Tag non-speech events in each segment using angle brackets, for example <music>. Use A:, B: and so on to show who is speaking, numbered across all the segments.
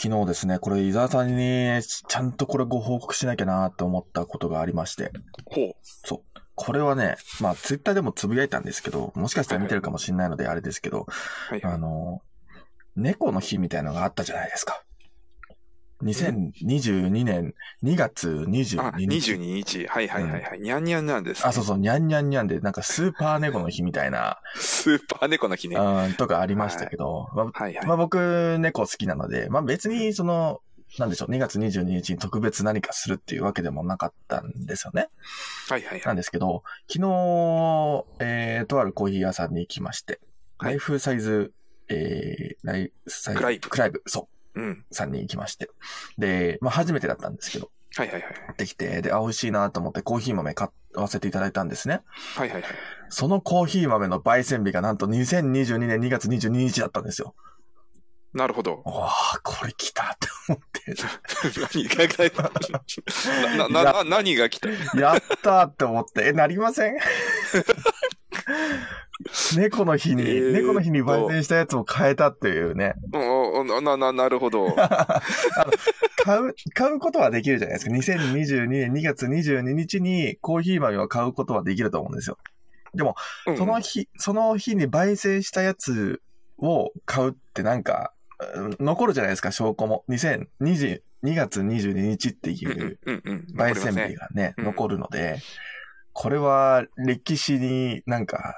A: 昨日ですね、これ伊沢さんにちゃんとこれご報告しなきゃなと思ったことがありまして、
B: ほ
A: そう。これはね、まあツイッターでもつぶやいたんですけど、もしかしたら見てるかもしれないのであれですけど、
B: う。はいは
A: あ
B: い。
A: の、猫の日みたいのがあったじゃないですか。2022年2月
B: あ、
A: 22日。
B: 22日。はいはいはいはい。にゃんにゃんなんですね。
A: あ、そうそう、にゃんにゃんにゃんで、なんかスーパー猫の日みたいな、
B: スーパー猫の日 <laughs> ね。は
A: うん、とかありましたけど、まあ
B: いはい。
A: まあ僕、猫好きなので、まあ別にその、なんでしょう、2月22日に特別何かするっていうわけでもなかったんですよね。
B: はいはいは。
A: ないんですけど、昨日、えー、とあるコーヒー屋さんに行きまして、
B: はい
A: ライフサイズ、えー、ライフサイズ、
B: クライブ
A: クライブ、そう。
B: うん。
A: さんに行きまして。で、まあ初めてだったんですけど、
B: はいはいはい。
A: 行ってきて、で、あ、美味しいなと思ってコーヒー豆買わせていただいたんですね。
B: はいはいはい。
A: そのコーヒー豆の焙煎日がなんと2022年2月22日だったんですよ。
B: なる
A: <laughs>
B: ほど。
A: わあ、これ来たって思っ
B: 何が来たな、な、な、何が来た
A: て、 <laughs> やったーって思って、え、なりません <laughs> 猫の日に、
B: えーっと
A: 猫の日に焙煎したやつを変えたっていうね。
B: おおな、な、なる
A: <laughs>
B: ほど。は
A: 買う、買うことはできるじゃないですか。2022年2月22日にコーヒー豆を買うことはできると思うんですよ。
B: うん
A: その日、その日に焙煎したやつを買うってなんか、うん残るじゃないですか、証拠も。2020、2月22日ってい
B: うんうん
A: う
B: うんうん。
A: 焙
B: わかり
A: 煎
B: ます
A: 日
B: ね
A: がね、
B: うん
A: 残るので、これは歴史になんか、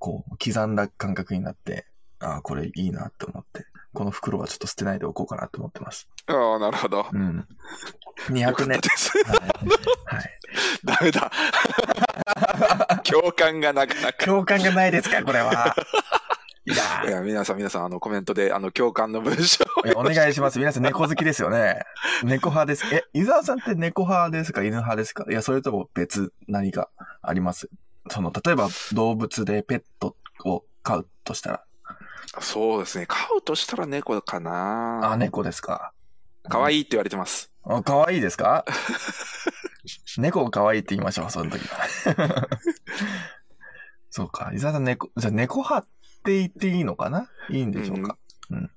A: こう、刻んだ感覚になって、ああ、これいいなって思って、この袋はちょっと捨てないでおこうかなと思ってます。
B: ああ、なるほど。
A: うん。
B: よか
A: 200年
B: った <laughs> で。す。
A: はい。はい、
B: ダメ
A: <laughs>
B: だ。共感がなかなか。
A: 共感がないですか、これ
B: <laughs>
A: は。いやー
B: いや、皆さん、皆さん、あの、コメントで、あの、共感の文章を。
A: えお願いします。皆さん猫好きですよね。猫派です。え、伊沢さんって猫派ですか犬派ですかいや、それとも別何かありますその、例えば動物でペットを飼うとしたら。
B: <laughs> そうですね。飼うとしたら猫かな
A: あ、。猫ですか。
B: 可愛いって言われてます。
A: あ可愛いですか <laughs> 猫を可愛いって言いましょう、その時は。 <laughs> そうか。伊沢さん猫、じゃあ猫派って言っていいのかないいんでしょうか、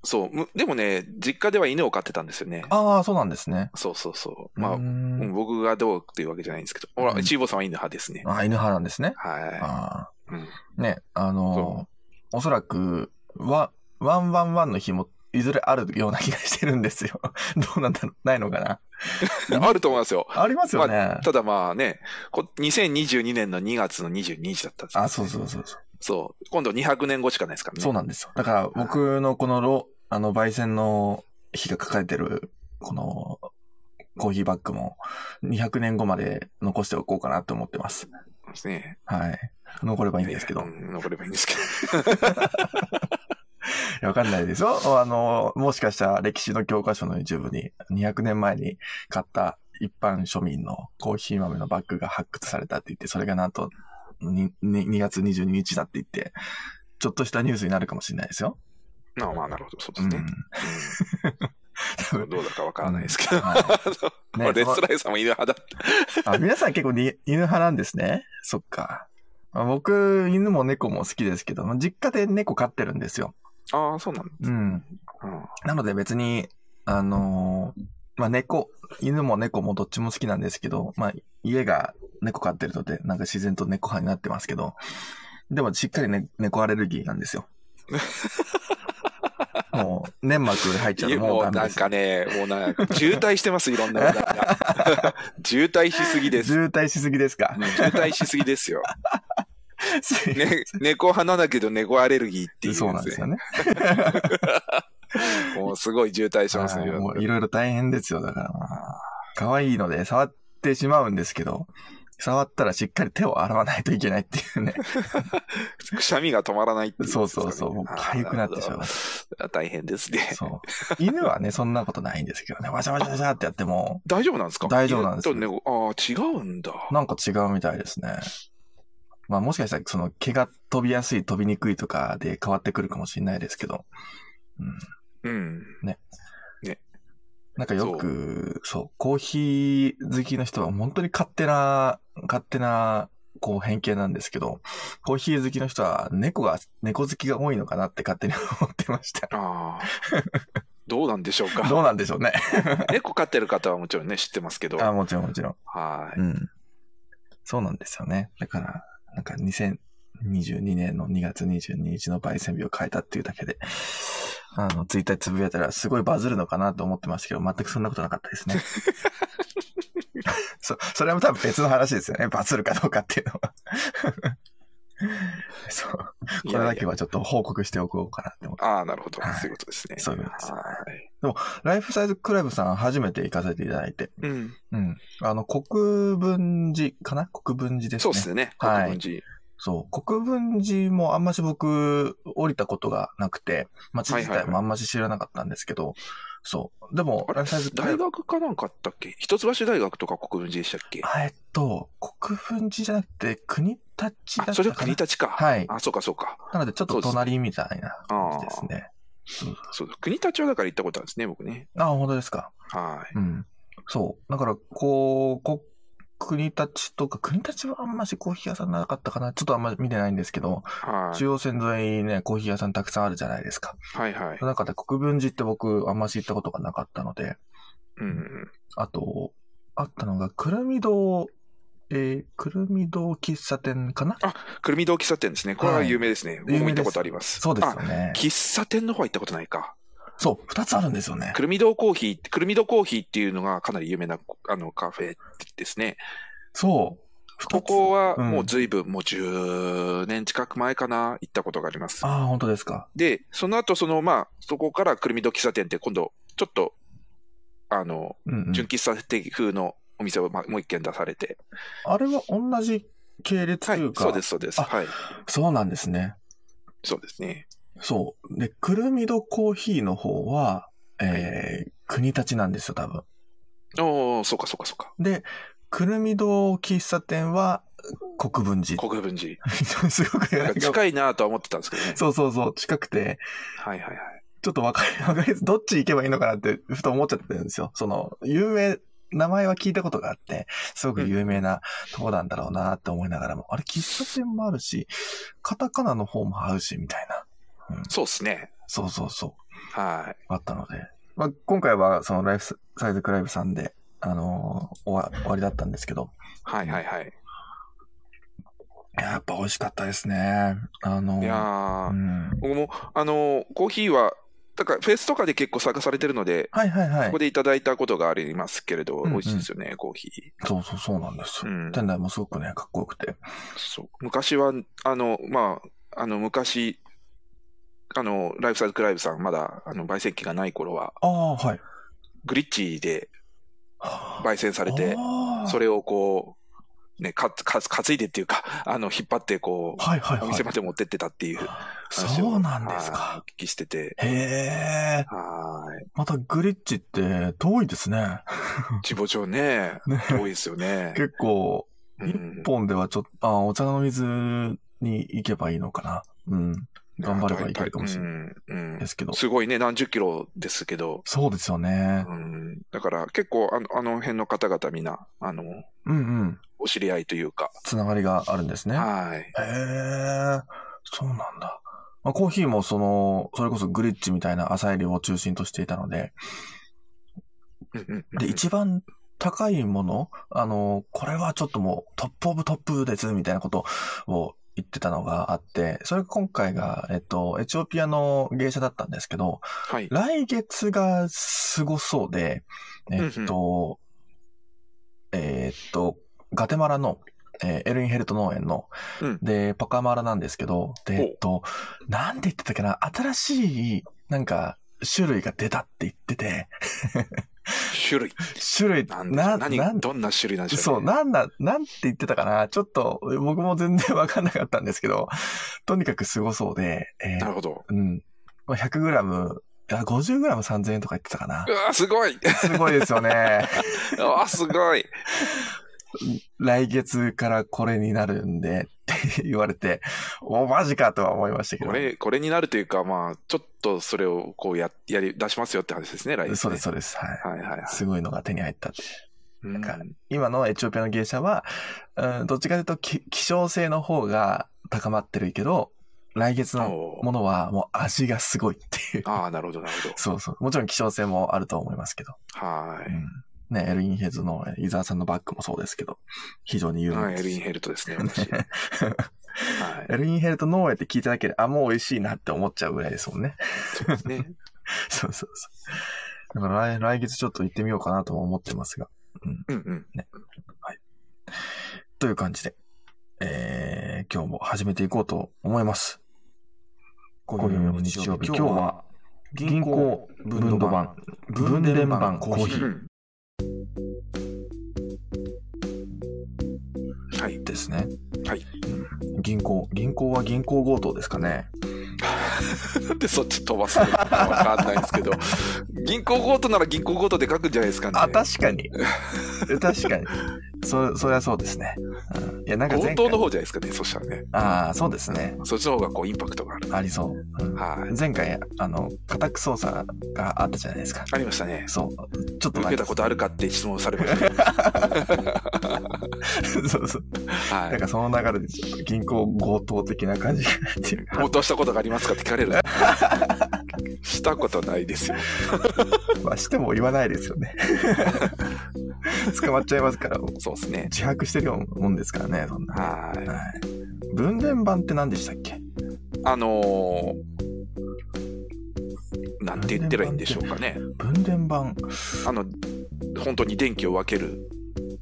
B: そう。むでもね、実家では犬を飼ってたんですよね。
A: ああ、そうなんですね。
B: そうそうそう。ま
A: う
B: あ、
A: ー
B: うん
A: ん
B: 僕がどうっていうわけじゃないんですけど。ほ
A: う
B: ら、
A: ん
B: チーボさんは犬派ですね。
A: あー犬派なんですね。
B: は
A: あ
B: い。う
A: あ。
B: ん
A: ね、あのーおそらく、ワ、ワンワンワンの日も、いずれあるような気がしてるんですよ。 <laughs> どうなんだろうないのかな
B: あると思いますよ。
A: ありますよね。
B: ただまあね、こ2022年の2月の22日だったんですよ
A: あ、そうそうそうそう。
B: そう。今度200年後しかないですからね。
A: そうなんですよ。だから、僕のこのロ、あの、焙煎の日が書かれてる、この、コーヒーバッグも、200年後まで残しておこうかなと思ってます。
B: なんですね。
A: はい。残ればいいんですけど。
B: う
A: い
B: ん残ればいいんですけど。 <laughs>
A: やわかんないですよ。 <laughs> あの、もしかしたら歴史の教科書の一部に、200年前に買った一般庶民のコーヒー豆のバッグが発掘されたって言って、それがなんとにに2月22日だって言って、ちょっとしたニュースになるかもしれないですよ。
B: まあまあ、なるほど。そうで
A: う
B: す
A: ん。
B: ね。
A: 多 <laughs>
B: うん
A: 分
B: どうだかわからないですけど。
A: は
B: <laughs> あ
A: い
B: の
A: ね
B: レッスライさんも犬派だっ
A: あ皆さん結構に犬派なんですね。そっか。あ僕、犬も猫も好きですけど、まあ実家で猫飼ってるんですよ。
B: た。ああ、そうなんだ。
A: うん。
B: うん
A: なので別に、あのーまあ、猫、犬も猫もどっちも好きなんですけど、まあ、家が猫飼ってるので、なんか自然と猫派になってますけど、でもしっかり、ね、猫アレルギーなんです
B: <laughs>
A: よ。もう、粘膜入っちゃう
B: い
A: と
B: や
A: もう
B: も
A: ダ
B: う
A: メ
B: な
A: で
B: ん
A: す。
B: かね、もうなんか、渋滞してます、いろんな話題が。 <laughs> 渋滞しすぎです。
A: 渋滞しすぎですか
B: うん渋滞しすぎですよ。
A: すい
B: ね、猫派なんだけど猫アレルギーっていう、
A: <laughs> そうなんです
B: <laughs>
A: よね。
B: もうすごい渋滞しますね。
A: はいもう
B: い
A: いろいろ大変ですよ、だからもう。可愛いので、触ってしまうんですけど、触ったらしっかり手を洗わないといけないっていうね。
B: くしゃみが止まらないってい
A: そうそうそう、もう痒くなってしまう
B: う。。あー大変ですね。
A: そう。犬はね、そんなことないんですけどね、わしゃわしゃわしゃってやっても、
B: 大丈夫なんですか
A: 大丈夫なんですよ
B: 犬と猫ああ、違うんだ。
A: なんか違うみたいですね。まあもしかしたら、その毛が飛びやすい、飛びにくいとかで変わってくるかもしれないですけど、うん、
B: うん。
A: なんかよく、そうコーヒー好きの人は本当に勝手な、勝手な、こう偏見なんですけど、コーヒー好き
B: <laughs>
A: の人は猫が、猫好きが多いのかなって勝手に思ってました。
B: ああ。どうなんでしょう
A: <laughs> ど
B: か。
A: うなんでしょうね。
B: 猫飼ってる方はもちろんね、知ってますけど。
A: あ、もちろんもちろん。
B: はい。
A: うん。そうなんですよね。だから、なんか2022年の2月22日の焙煎日を変えたっていうだけで、 <laughs> あの、ツイッターでつぶやいたらすごいバズるのかなと思ってましたけど、全くそんなことなかったですね。 <laughs> そ、それも多分別の話ですよね。バズるかどうかっていうのは。 <laughs> そう。
B: い
A: これ
B: や
A: だ
B: い
A: け
B: や
A: はちょっと報告しておこうかなって思って。
B: ああ、なるほど
A: はい。
B: そういうことですね。
A: そういうことです。
B: はい。
A: ライフサイズクラブさん初めて行かせていただいて。
B: うん。
A: うん。あの、国分寺かな国分寺です
B: そう
A: ね。
B: ですね。
A: はい
B: 国分寺。
A: そう。国分寺もあんまし僕、降りたことがなくて、町自
B: はいはい
A: 体
B: はい
A: もあんまし知らなかったんですけど、そう。でも
B: あ、れ
A: ライフサイズ
B: 大学かなんかあったっけ一橋大学とか国分寺でしたっけ
A: あえっと、国分寺じゃなくて、国立だったか
B: あ、
A: な
B: それは国立か。
A: はい
B: あ、そうかそうか。
A: なので、ちょっと隣みたいな感じですね。
B: そうだ。国立はだから行ったことあるんですね、僕ね。
A: あ、本当ですか。
B: はい。
A: うん。そう。だから、こう、こ国立とか、国立はあんましコーヒー屋さんなかったかなちょっとあんま見てないんですけど、
B: はい。
A: 中央線沿いね、コーヒー屋さんたくさんあるじゃないですか。
B: はいはい
A: そ。の中で国分寺って僕、あんまし行ったことがなかったので、
B: うんうん。
A: あと、あったのが、くるみ堂、えー、くるみ堂喫茶店かな
B: あ、くるみ堂喫茶店ですね。これは
A: はい
B: 有名ですね。僕も行ったことあります。
A: そうですよ
B: あ、
A: ね。
B: 喫茶店の方は行ったことないか。
A: そう、二つあるんですよね
B: く。るみ堂コーヒー、くるみ堂コーヒーっていうのがかなり有名なあのカフェですね。
A: そう。二つ
B: ここは
A: うん
B: もう随分、もう10年近く前かな、行ったことがあります。
A: ああ、本当ですか。
B: で、その後、その、まあ、そこからくるみ堂喫茶店って今度、ちょっと、あの、
A: うん、うん。
B: 純喫茶店風のお店を、まあ、もう一軒出されて。
A: あれは同じ系列と、
B: はいいう
A: か、
B: そうです、そうです。
A: あ
B: はい。
A: そうなんですね。
B: そうですね。
A: そう。で、くるみ堂コーヒーの方は、えー、国立なんですよ、多分。
B: おー、そうか、そうか、そうか。
A: で、くるみ堂喫茶店は、国分寺。
B: 国分寺。
A: <laughs> すごく
B: なんか近いなとは思ってたんですけどね。
A: <laughs> そうそうそう、近くて、
B: はいはいはい。
A: ちょっとわかり、 <laughs> わかりづどっち行けばいいのかなって、ふと思っちゃってるんですよ。その、有名、名前は聞いたことがあって、すごく有名なとこなんだろうなって思いながらも、あれ、喫茶店もあるし、カタカナの方もあるし、みたいな。
B: そうですね。
A: そうそうそう。
B: は
A: あったので。まあ、今回は、その、ライフサイズクライブさんで、あのー終わ終わりだったんですけど、
B: い。はいはいはい。
A: やっぱ美味しかったですね。あのー
B: いやー
A: うん。
B: 僕も、あの、コーヒーは、だからフェスとかで結構探されてるので、
A: はいはいは
B: こ
A: い
B: こ。でいただいたことがありますけれど、
A: んうん
B: 美味しいですよね、コーヒー。
A: そうそうそうなんですよ。
B: うん
A: 店内もすごくね、かっこよくて。
B: そう。昔は、あの、まあ、あの、昔、あの、ライフサイズクライブさん、まだ、あの、焙煎機がない頃は、
A: ああ、はい。
B: グリッチで
A: バ
B: 焙煎されて、そ
A: れ、
B: れをこう、ね、か、か、担いでっていうか、あの、引っ張って、こう、
A: はいはい
B: お
A: はい。
B: 店まで持ってってたっていう話
A: そ
B: を
A: うなんです
B: はい
A: か。
B: お聞きしてて、
A: へえ、
B: はーい。
A: またグリッチって遠いですね。
B: 地母町ね、
A: ね
B: 多いですよね。
A: 結構、
B: う
A: 一
B: ん
A: 本ではちょっと、あお茶の水に行けばいいのかな。うん。頑張ればいけるかもしれない
B: い。うんうん
A: ですけど。
B: すごいね、何十キロですけど、
A: そうですよね。
B: うん、だから結構あの、あの辺の方々みんな、あの、
A: うんうん。
B: お知り合いというか、
A: つながりがあるんですね。
B: はい。
A: へえ、そうなんだ。まあ、コーヒーもその、それこそグリッチみたいな朝入りを中心としていたので、
B: うんうんうん
A: で、一番高いもの、あの、これはちょっともうトップオブトップです、みたいなことを言ってたのがあって、それが今回が、えっと、エチオピアの芸者だったんですけど、
B: はい。
A: 来月がすごそうで、えっと、えっと、ガテマラの、えーエルインヘルト農園の、
B: うん
A: で、パカマラなんですけど、で、
B: ほう
A: えっと、なんて言ってたかな、新しい、なんか、種類が出たって言ってて、
B: 種類。
A: 種類、
B: なんでしょう何
A: なん
B: どんな種類なんでしょ
A: そうう、
B: ね。
A: なんだ、なんて言ってたかなちょっと、僕も全然わかんなかったんですけど、とにかくすごそうで、えー
B: なるほど。
A: うん。まあ 100g、あ 50g3000 円とか言ってたかな
B: うわーすごい
A: すごいですよね。
B: うわーすごい
A: 来月からこれになるんで、って言われて、お、マジかとは思いましたけど。
B: これ、これになるというか、まあ、ちょっとそれをこうや、やり、出しますよって話ですね、来月ね
A: そうです、そうです。はい。
B: はいはいはい。
A: すごいのが手に入ったって。
B: うん
A: なんか今のエチオピアの芸者は、うん、どっちかというとき希少性の方が高まってるけど、来月の
B: おー
A: ものはもう味がすごいっていう。 <laughs>
B: ああ、なるほど、なるほど。
A: そうそう。もちろん希少性もあると思いますけど。
B: は
A: うんね、エルインヘズのえ伊沢さんのバッグもそうですけど、非常に
B: い。
A: 有名
B: は
A: で
B: い、エ
A: す。
B: ルインヘルトですね、私。
A: <laughs>
B: はい。
A: エルインヘルト農園って聞いただけで、あ、もう美味しいなって思っちゃうぐらいですもんね。 <laughs>
B: そうですね。
A: そうそうそう。だから来来月ちょっと行ってみようかなとも思ってますが。
B: うんうん。
A: という感じで、えー、今日も始めていこうと思います。今
C: 今
A: 夜
C: 夜
A: の
C: の
A: 日
C: 日
A: 曜
C: 曜
A: 日、
C: 日、
A: 今
C: 今
A: 日
C: 日
A: は
C: は
A: 銀
C: 銀
A: 行
C: 行ブ
A: ブン
C: ン
A: ド
C: ド
A: 版
C: 版、
A: ブ
C: ブ
A: ン
C: ン
A: デ
C: デ
A: レ
C: レ
A: ン
C: ン
A: バ
C: バ
A: ン
C: ン
A: コ
C: コ
A: ー
C: ー
A: ヒ
C: ヒ
A: ー
C: ー。
B: うん。はい。 <laughs>
A: ですね。
B: はい
A: うん。銀行、銀行は銀行強盗ですかね。
B: なんでそっち飛ばすのかわかんないです
A: <laughs>
B: けど、銀行強盗なら銀行強盗で書くんじゃないですかね。
A: あ、確かに。 <laughs> 確かに。そ、そりゃそうですね。うんいや、なんか
B: 強
A: 前
B: 盗
A: 回
B: の。方じゃないですかね、そしたらね。
A: ああ、そうですね。
B: そっちの方がこうインパクトがある。
A: ありそう。うん
B: はい。
A: 前回、あの、家宅捜査があったじゃないですか。
B: ありましたね。
A: そう。ちょっと
B: 受
A: なん
B: け
A: か
B: たことあるかって質問されました
A: <laughs>
B: けど。
A: そうそう。
B: は
A: なん
B: い。
A: かその流れでちょっと銀行強盗的な感じがっていうか
B: 強盗したことがありますかって聞
A: <laughs>
B: かれる。したことないですよ。
A: まあ、しても言わないですよね。 <laughs> 捕まっちゃいますから、
B: そうですね。
A: 自白してるようなもんですからね、そんな。は
B: はい。
A: い。分電版って何でしたっけ
B: あのー、なんて言ってらいいんでしょうかね。
A: 分電版。
B: あの、本当に電気を分ける。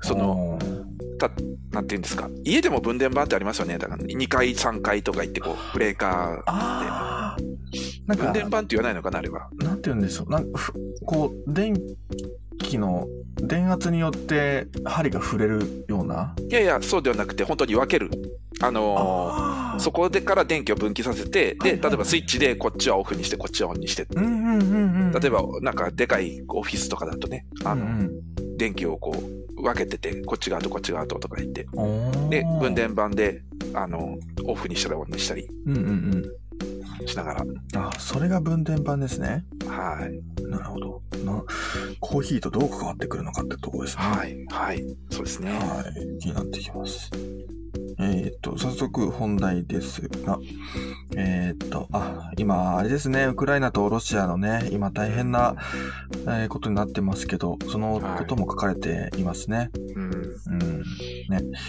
B: その、
A: おー、
B: なんて言うんですか。家でも分電盤ってありますよね。だから2階、3階とか行って、こう、ブレーカ
A: ああ。な
B: ー、
A: ん
B: 分
A: か、
B: 電盤って言わないのかな、あれは。
A: なんて言うんでしょう。なんかふ、こう、電気の、電圧によって針が触れるような。
B: いやいや、そうではなくて、本当に分ける。あの
A: あ
B: ー
A: ー
B: そこでから電気を分岐させて、
A: はいは
B: で、
A: いはい
B: 例えばスイッチでこっちはオフにして、こっちはオンにして。
A: うんうんうんうん。
B: 例えば、なんかでかいオフィスとかだとね、あ
A: うん
B: の、
A: うん
B: 電気をこう、分けてて、こっち側とこっち側ととか言って、
A: おー
B: で、分電盤で、あの、オフにしたりオンにしたり
A: うんうんうん。
B: しながら、
A: あ、それが分電盤ですね。
B: はい、
A: なるほど。な、コーヒーとどう関わってくるのかってとこですね。
B: はい、はい、そうですね。
A: はい。気になってきます。えーっと、早速本題ですが、えーっと、あ、今、あれですね、ウクライナとロシアのね、今大変な、えーことになってますけど、そのことも書かれていますね。
B: う
A: う
B: ん、
A: ん。ね。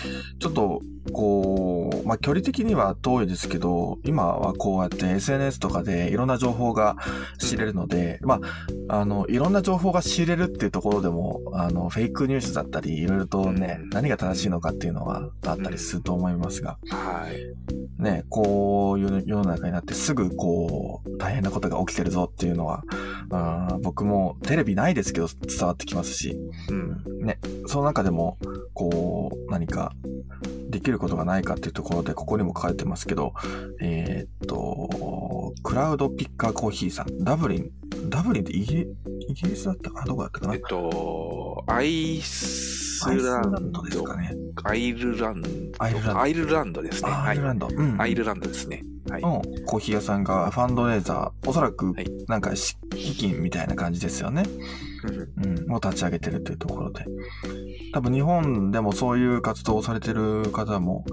A: ちょっと、こう、まあ、距離的には遠いですけど、今はこうやって SNS とかでいろんな情報が知れるので、まあ、あの、いろんな情報が知れるっていうところでも、あの、フェイクニュースだったり、いろいろとね、
B: うん
A: 何が正しいのかっていうのはあったりすると思いますが、
B: はい、
A: ね、こういう世の中になってすぐこう、大変なことが起きてるぞっていうのは、うん僕もテレビないですけど伝わってきますし、
B: うん、
A: ね、その中でも、こう、何かできることがないかっていうところで、ここにも書かれてますけど、えーっと、クラウドピッカーコーヒーさん、ダブリン、ダブリンってイギリイギリスだったかなどこだったかな
B: えっと、アイス
A: アイスラ
B: ラン
A: ン
B: ド
A: ドですかね。
B: アイルランド
A: アイルランド
B: アイルランドですね。
A: あア
B: は
A: イ
B: い
A: ル。ランド。うん
B: アイルランドですね。はい。
A: のコーヒー屋さんがファンドレーザー、おそらく
B: はい
A: なんか資金みたいな感じですよね。
B: うん
A: うん、を立ち上げてるというところで。多分日本でもそういう活動をされてる方も、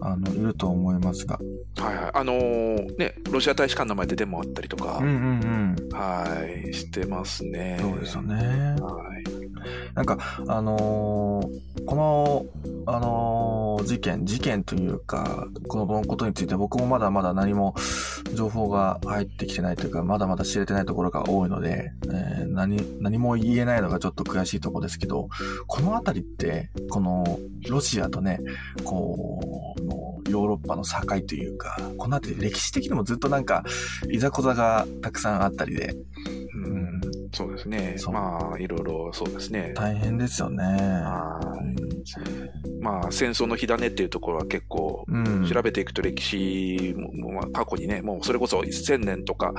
A: あの、いると思いますが。
B: はいはい。あのーね、ロシア大使館の前でデモあったりとか
A: うん、うんうん。
B: はい、してますね。
A: そうですよね。
B: はい。
A: なんか、あのーこの、あのー事件、事件というか、このことについて僕もまだまだ何も情報が入ってきてないというか、まだまだ知れてないところが多いので、えー何、何も言えないのがちょっと悔しいところですけど、このあたりって、この、ロシアとね、こう、もうヨーロッパの境というか、このあたり歴史的にもずっとなんか、いざこざがたくさんあったりで、
B: う
A: うんん、
B: そうですね
A: そ。う
B: まあ、いろいろそうですね。
A: 大変ですよね。
B: は
A: うん
B: いまあ、戦争の火種っていうところは結構、
A: うん
B: 調べていくと歴史も、もうまあ過去にね、もうそれこそ1000年とか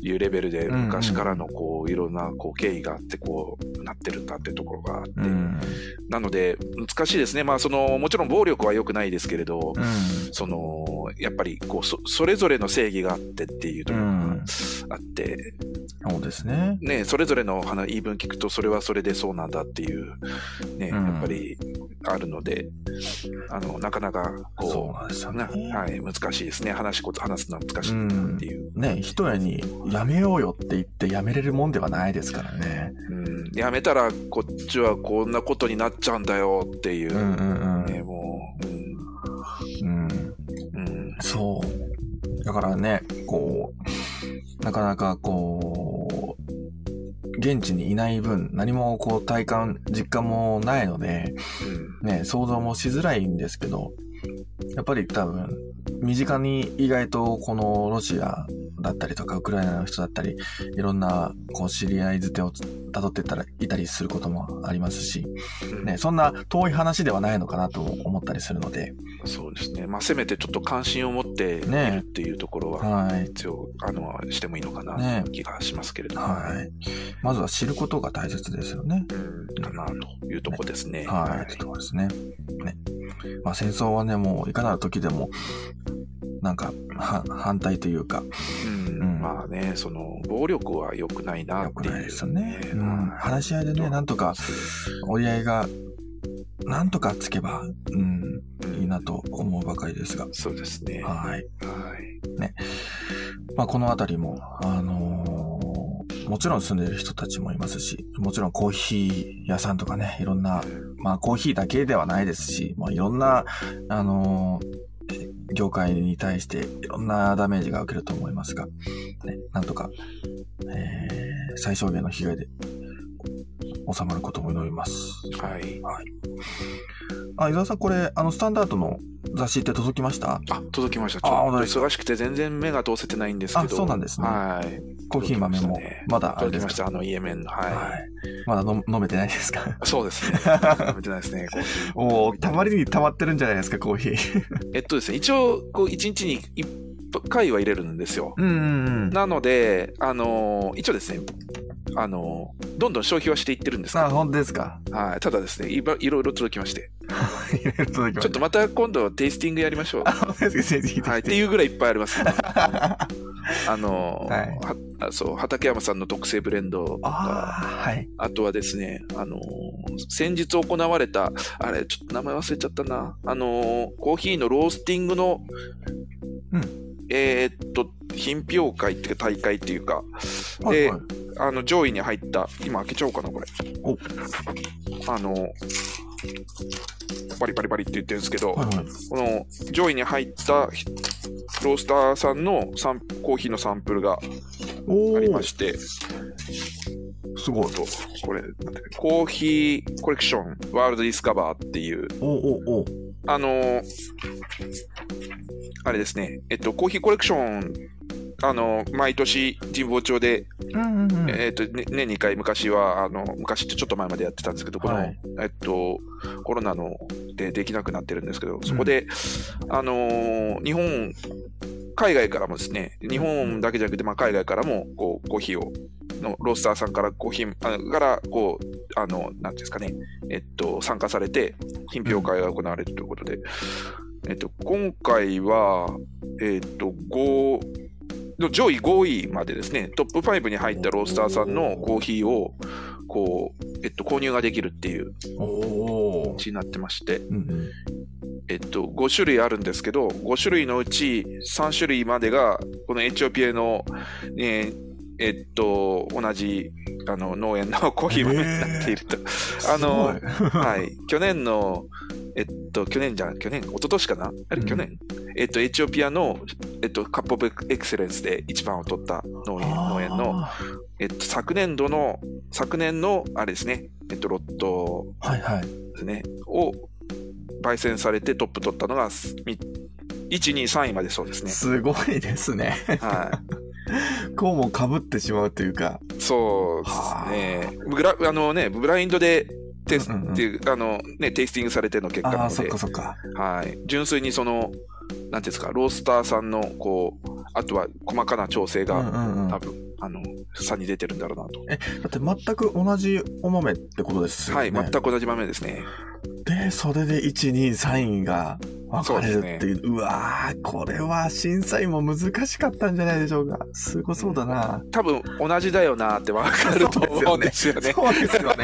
B: いうレベルで、
A: うんうん
B: 昔からのこう、いろんなこう経緯があって、こう、なってるんだっていうところがあって、
A: うん
B: なので、難しいですね。まあ、その、もちろん暴力は良くないですけれど、
A: うん
B: その、の、やっぱりこうそ、それぞれの正義があってっていうと
A: う
B: ころが
A: ん。
B: あって、
A: そうですね。
B: ね、それぞれの話言い分聞くと、それはそれでそうなんだっていう、ね、
A: うん
B: やっぱりあるので、あの、なかなか
A: そう
B: こ
A: なんですよ
B: う、
A: ね
B: な。はい、難しいですね。話すこと、話すのは難しいなっていう。
A: ね、一重にやめようよって言ってやめれるもんではないですからね。
B: うん、やめたらこっちはこんなことになっちゃうんだよっていう、
A: うんうん
B: ね、もう、うん
A: うん。うん。
B: うん、
A: そう。だからね、こう、なかなかこう、現地にいない分、何もこう体感、実感もないので、ね、想像もしづらいんですけど、やっぱり多分、身近に意外とこのロシアだったりとか、ウクライナの人だったり、いろんなこう知り合いづてを辿ってったらいたりすることもありますし、
B: うん、
A: ね、そんな遠い話ではないのかなと思ったりするので、
B: そうですね。まあ、せめてちょっと関心を持ってい
A: ね
B: るっていうところは、
A: はい。
B: 一応、あの、してもいいのかな、
A: ね
B: 気がしますけれども、
A: はい。まずは知ることが大切ですよね。
B: うん、かなというとこですね。
A: はい。ってとこですね。ね。まあ戦争はね、もういかなる時でも、なんか、は反対というか、
B: うん
A: うん
B: まあね、その、暴力は良くないな
A: 良
B: っ
A: く
B: ていう、
A: ないですよね。うん
B: はい
A: 話し合いでね、なんとか折り合いが、なんとかつけば、うん、いいなと思うばかりですが。
B: そうですね。は
A: はい。
B: い。
A: まあ、このあたりも、あのーもちろん住んでる人たちもいますし、もちろんコーヒー屋さんとかね、いろんな、まあ、コーヒーだけではないですし、まあ、いろんな、あのー業界に対していろんなダメージが受けると思いますが、ね、なんとか、えー最小限の被害で収まることも祈ります。
B: はい。
A: あ、伊沢さん、これ、あの、スタンダードの雑誌って届きました
B: あ、届きました。ちょ
A: あ
B: っ
A: 本当
B: と
A: です
B: 忙しくて全然目が通せてないんですけど。
A: あそうなんですね
B: はい。
A: コーヒー豆も
B: 届きましたね、
A: まだあれで
B: 届き
A: す
B: ま
A: か
B: した。あの、イエメンの。は
A: はい。まだ飲飲めてないですか <laughs>
B: い。そうですね。 <laughs> 食べてないですね。コーヒー
A: おお、たまりに溜まってるんじゃないですか、コーヒー。
B: <laughs> えっとですね、一応、こう、一日に一回は入れるんですよ。
A: うんうんうん。
B: なので、あのー一応ですね、あのーどんどん消費はしていってるんです
A: あ、
B: が、
A: 本当ですか。
B: はい、ただですねいば、いろいろ届きまして、
A: いろいろ届きま
B: ちょっ
A: し
B: とまた今度テイスティングやりましょう。
A: た。本当ですか、先生。
B: は
A: <laughs>
B: い、っていうぐらいいっぱいあります、あのー
A: はい
B: はあそう、畠山さんの特製ブレンドとか、
A: ああ、はい。
B: あとはですね、あのー先日行われた、あれ、ちょっと名前忘れちゃったな、あのーコーヒーのロースティングの、
A: うん
B: えーっと、品評会っていうか大会っていうか、
A: はい
B: で
A: はい。
B: あの上位に入った、今開けちゃおうかな、これ。
A: お
B: あのーバリバリバリって言ってるんですけど、
A: はいはい。
B: この上位に入ったひロースターさんのサンコーヒーのサンプルが
A: お
B: あり
A: お
B: ま、して、
A: すごい。
B: とこれ、待ってコーヒーコレクションワールドディスカバーっていう、
A: おおお
B: あのーあれですね、えっと、コーヒーコレクション、あのー毎年神保町で、
A: うんうんうん。
B: えっと、ね年2回昔は、あの、昔ってちょっと前までやってたんですけど、この、
A: はい
B: えっと、コロナのでできなくなってるんですけど、そこで、あのー日本、海外からもですね、日本だけじゃなくて、まあ、海外からも、こう、コーヒーを、のロースターさんからコーヒー、あから、こう、あの、なんていうんですかね、えっと、参加されて、品評会が行われるということで、えっと、今回は、えっと、5、の上位5位までですね、トップ5に入ったロースターさんのコーヒーを、こう、えっと、購入ができるっていう
A: おおー。
B: 形になってまして、
A: うんうん。
B: えっと、5種類あるんですけど、5種類のうち3種類までが、このエチオピアの、えーえっと、同じ、あの、農園のコーヒー豆になっていると。あの
A: すごい、
B: はい、去年の、えっと、去年じゃない、去年、一昨年かな、あれ、
A: うん
B: 去年、えっと、エチオピアの、えっと、カップ・オブ・エクセレンスで一番を取った農園農園の、
A: あ
B: えっと、昨年度の、昨年の、あれですね、えっと、ロット
A: ーはいはい。
B: ですね、を焙煎されてトップ取ったのが、すみ1、2、3位までそうですね。
A: すごいですね。 <laughs>
B: は
A: こうも被ってしまうというか。
B: い、そうですね。ブラあのね、ブラインドでテス、
A: うんうんうん
B: っていうあのね、テイスティングされての結果
A: あ
B: な
A: あ、
B: の
A: そっ
B: で
A: か、そっか。
B: はい、純粋にその、なんていうんですか、ロースターさんの、こう、あとは細かな調整
A: うん
B: が、
A: うんうん。だ
B: 多分、あの、差に出てるんだろうなと。
A: って全く同じお豆ってことですよ
B: は
A: ね。
B: い、全く同じ場面ですね。
A: で、それで1、2、3位が分
B: そう
A: か
B: で
A: れ
B: す
A: る
B: ね
A: っていう。うわー、これは審査員も難しかったんじゃないでしょうか。すごそうだな。
B: 多分同じだよなってわかると思うんですよ
A: <laughs>
B: ね。
A: そうですよね。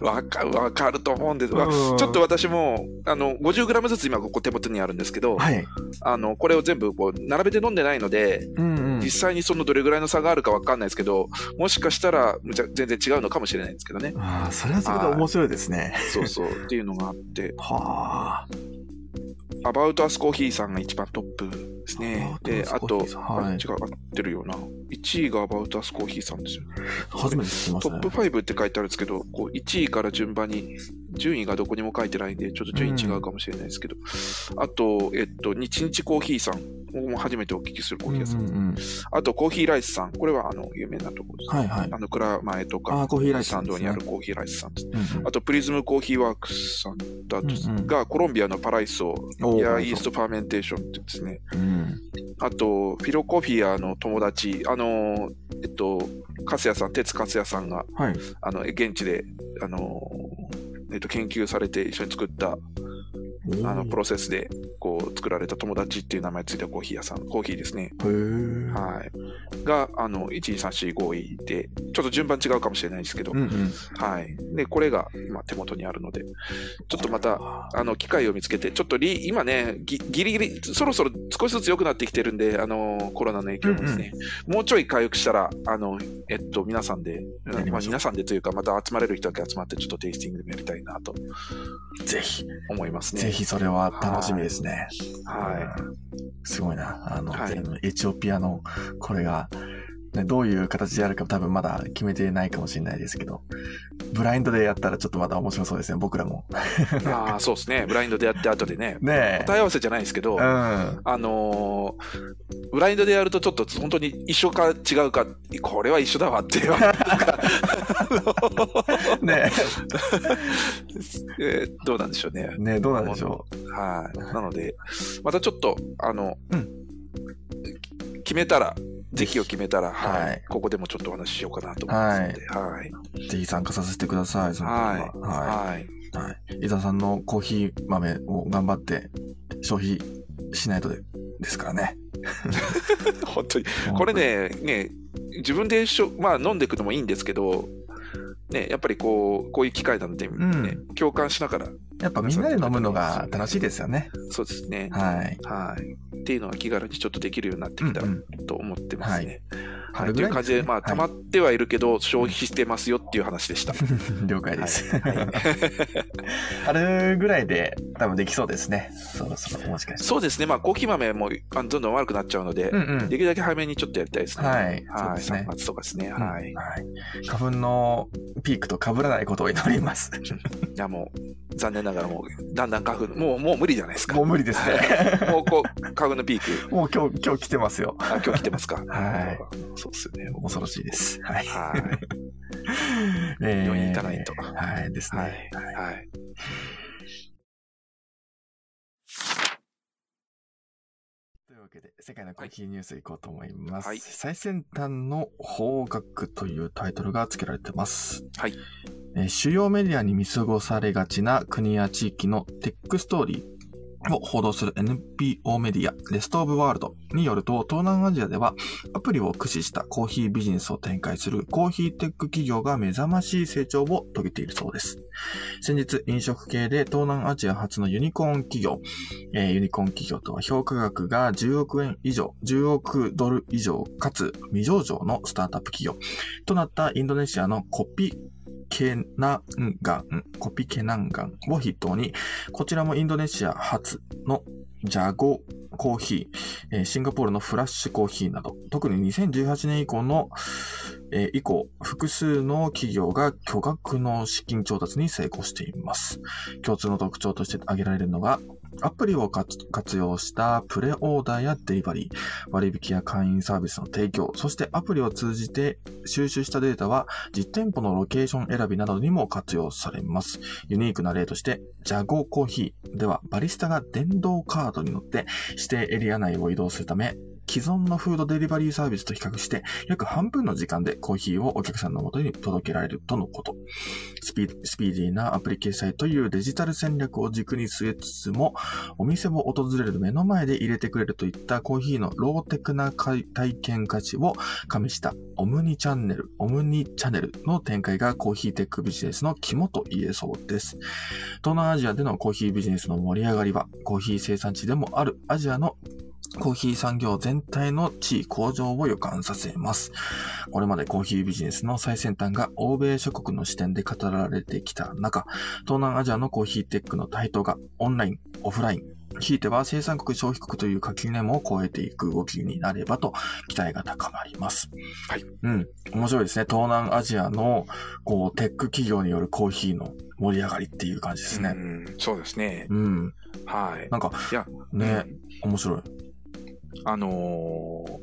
B: わかわかると <laughs> 思うんです。わ
A: うん
B: ちょっと私もあの 50g ずつ今ここ手元にあるんですけど、
A: はい。
B: あのこれを全部こう並べて飲んでないので、
A: うんうん
B: 実。際にそのどれぐらいの差があるかわかんないですけど、もしかしたらむちゃ全然違うのかもしれないですけどね。
A: ああ、それはそれで面白いですね。
B: そうそうっていうのがあって、
A: はあ。
B: アバウトアスコーヒーさんが一番トップですね。で、あと、
A: は
B: あ
A: い
B: 違う、合ってるような。1位がアバウトアスコーヒーさんですよね。
A: 初めて聞きまし
B: ト
A: た
B: ッ
A: ね
B: プ。5って書いてあるんですけど、こう1位から順番に、順位がどこにも書いてないんで、ちょっと順位違うかもしれないですけど、あと、えっと、日日コーヒーさん、僕も初めてお聞きするコーヒー屋さん。
A: うんうんうん
B: あと、コーヒーライスさん、これはあの有名なところですね。
A: はいはい
B: あ。の、蔵前と
A: あ
B: か
A: あ、、コーヒーライスさ
B: 参
A: んで
B: 道
A: す
B: に
A: ね
B: あるコーヒーライスさんですね。
A: うんうん
B: あと、プリズムコーヒーワークスさんとあと
A: うんうん
B: がコロンビアのパライソ
A: おー
B: やイーストファーメンテーションってですね。
A: うん。
B: あと、フィロコフィアの友達、あのー、えっと、カスヤさん、鉄カスヤさんが、
A: はい。
B: あの、現地で、あのー、えっと、研究されて一緒に作った、あの、プロセスで、こう、作られた友達っていう名前ついたコーヒー屋さん、コーヒーですね。
A: へー
B: はい。が、あの、1、2、3、4、5位で、ちょっと順番違うかもしれないですけど、
A: うんうん。
B: はい。で、これが今手元にあるので、ちょっとまた、あの、機会を見つけて、ちょっとリ、今ね、ぎギリギリ、そろそろ少しずつ良くなってきてるんで、あの、コロナの影響もですね、もうちょい回復したら、あの、えっと、皆さんで、
A: やり
B: まあ
A: ましょう
B: 皆さんでというか、また集まれる人だけ集まって、ちょっとテイスティングでもやりたいなと
A: ぜひ、
B: 思いますね。
A: ぜひそれは楽しみですね。
B: は
A: うんすごいな。あの、
B: はい
A: 全部エチオピアの、これが、ねどういう形でやるか多分まだ決めてないかもしれないですけど、ブラインドでやったらちょっとまだ面白そうですね、僕らも。
B: い。ああ、そうですね。ブラインドでやって、後でね、
A: ねえ。
B: 答え合わせじゃないですけど、
A: うん。
B: あのーブラインドでやるとちょっと本当に一緒か違うか、これは一 <laughs> 緒だわっていう。
A: ね
B: えーどうなんでしょうね
A: え。。ねえ、どうなんでしょ
B: はい。なので、またちょっと、あの、
A: うん
B: 決めたら、時期を決めたら、
A: はい
B: はい。ここでもちょっとお話ししようかなと思いますので、はい。
A: う。ぜひ参加させてください、その時は。
B: はい
A: はい
B: はい。
A: はい。伊沢さんのコーヒー豆を頑張って消費しないとでですからね。
B: 本当に。これね、ね、自分でしょ、まあ飲んでいくのもいいんですけど、ね、やっぱりこう、こういう機会なので、ね
A: ん
B: 共感しながら、
A: やっぱみんなで飲むのが楽しいですよね。
B: そうですね。
A: はい。
B: はい。っていうのは気軽にちょっとできるようになってきたらと思ってますね。
A: はい
B: はい。という感じで、まあ、
A: は
B: 溜
A: い
B: まってはいるけど、消費してますよっていう話でした。
A: うん <laughs> 了解です。春ぐらいで多分できそうですね。そろそろもしかして。
B: そうですね。まあ、コーヒー豆もあのどんどん悪くなっちゃうので
A: う、んうん。
B: できるだけ早めにちょっとやりたいですね。
A: はいそうですね
B: 3月とかですね。は
A: う
B: い
A: ん。はい。花粉のピークと被らないことを祈ります。
B: いや、もう、残念ながらもう、だんだん花粉、もう、もう無理じゃないですか。
A: もう無理ですね。 <laughs>
B: もうこう、花粉のピーク、
A: もう今日、今日来てますよ。
B: あ今日来てますか。
A: <laughs> はい。
B: そうですよね。
A: 恐ろしいです。はい。
B: はい。
A: <laughs> え
B: 病院行かないと
A: はいですね。
B: はい。はい。
A: というわけで、世界のコーヒーニュースいこうと思います。
B: はい
A: 最先端の方角というタイトルが付けられてます。
B: はい。
A: えー主要メディアに見過ごされがちな国や地域のテックストーリーを報道する NPO メディア、レストオブワールドによると、東南アジアではアプリを駆使したコーヒービジネスを展開するコーヒーテック企業が目覚ましい成長を遂げているそうです。先日、飲食系で東南アジア初のユニコーン企業、えーユニコーン企業とは評価額が10億円以上、10億ドル以上、かつ未上場のスタートアップ企業となったインドネシアのコピケナンガン、コピケナンガンを筆頭に、こちらもインドネシア初のジャゴコーヒー、えーシンガポールのフラッシュコーヒーなど、特に2018年以降の、えー以降、複数の企業が巨額の資金調達に成功しています。共通の特徴として挙げられるのが、アプリを活活用したプレオーダーやデリバリー、割引や会員サービスの提供、そしてアプリを通じて収集したデータは実店舗のロケーション選びなどにも活用されます。ユニークな例として、ジャゴコーヒーではバリスタが電動カートに乗って指定エリア内を移動するため、既存のフードデリバリーサービスと比較して、約半分の時間でコーヒーをお客さんの元に届けられるとのこと。スピスピーディーなアプリ掲載というデジタル戦略を軸に据えつつも、お店を訪れる目の前で入れてくれるといったコーヒーのローテクな体験価値を加味したオムニチャンネル、オムニチャンネルの展開がコーヒーテックビジネスの肝と言えそうです。東南アジアでのコーヒービジネスの盛り上がりは、コーヒー生産地でもあるアジアのコーヒー産業全体の地位向上を予感させます。これまでコーヒービジネスの最先端が欧米諸国の視点で語られてきた中、東南アジアのコーヒーテックの台頭がオンライン、オフライン、ひいては生産国、消費国という垣根も超えていく動きになればと期待が高まります。
B: はい。
A: うん。面白いですね。東南アジアの、こう、テック企業によるコーヒーの盛り上がりっていう感じです
B: う
A: ね。
B: ん、そうですね。
A: うん。
B: はい。
A: なんか、
B: いや
A: ね、面白い。
B: あのー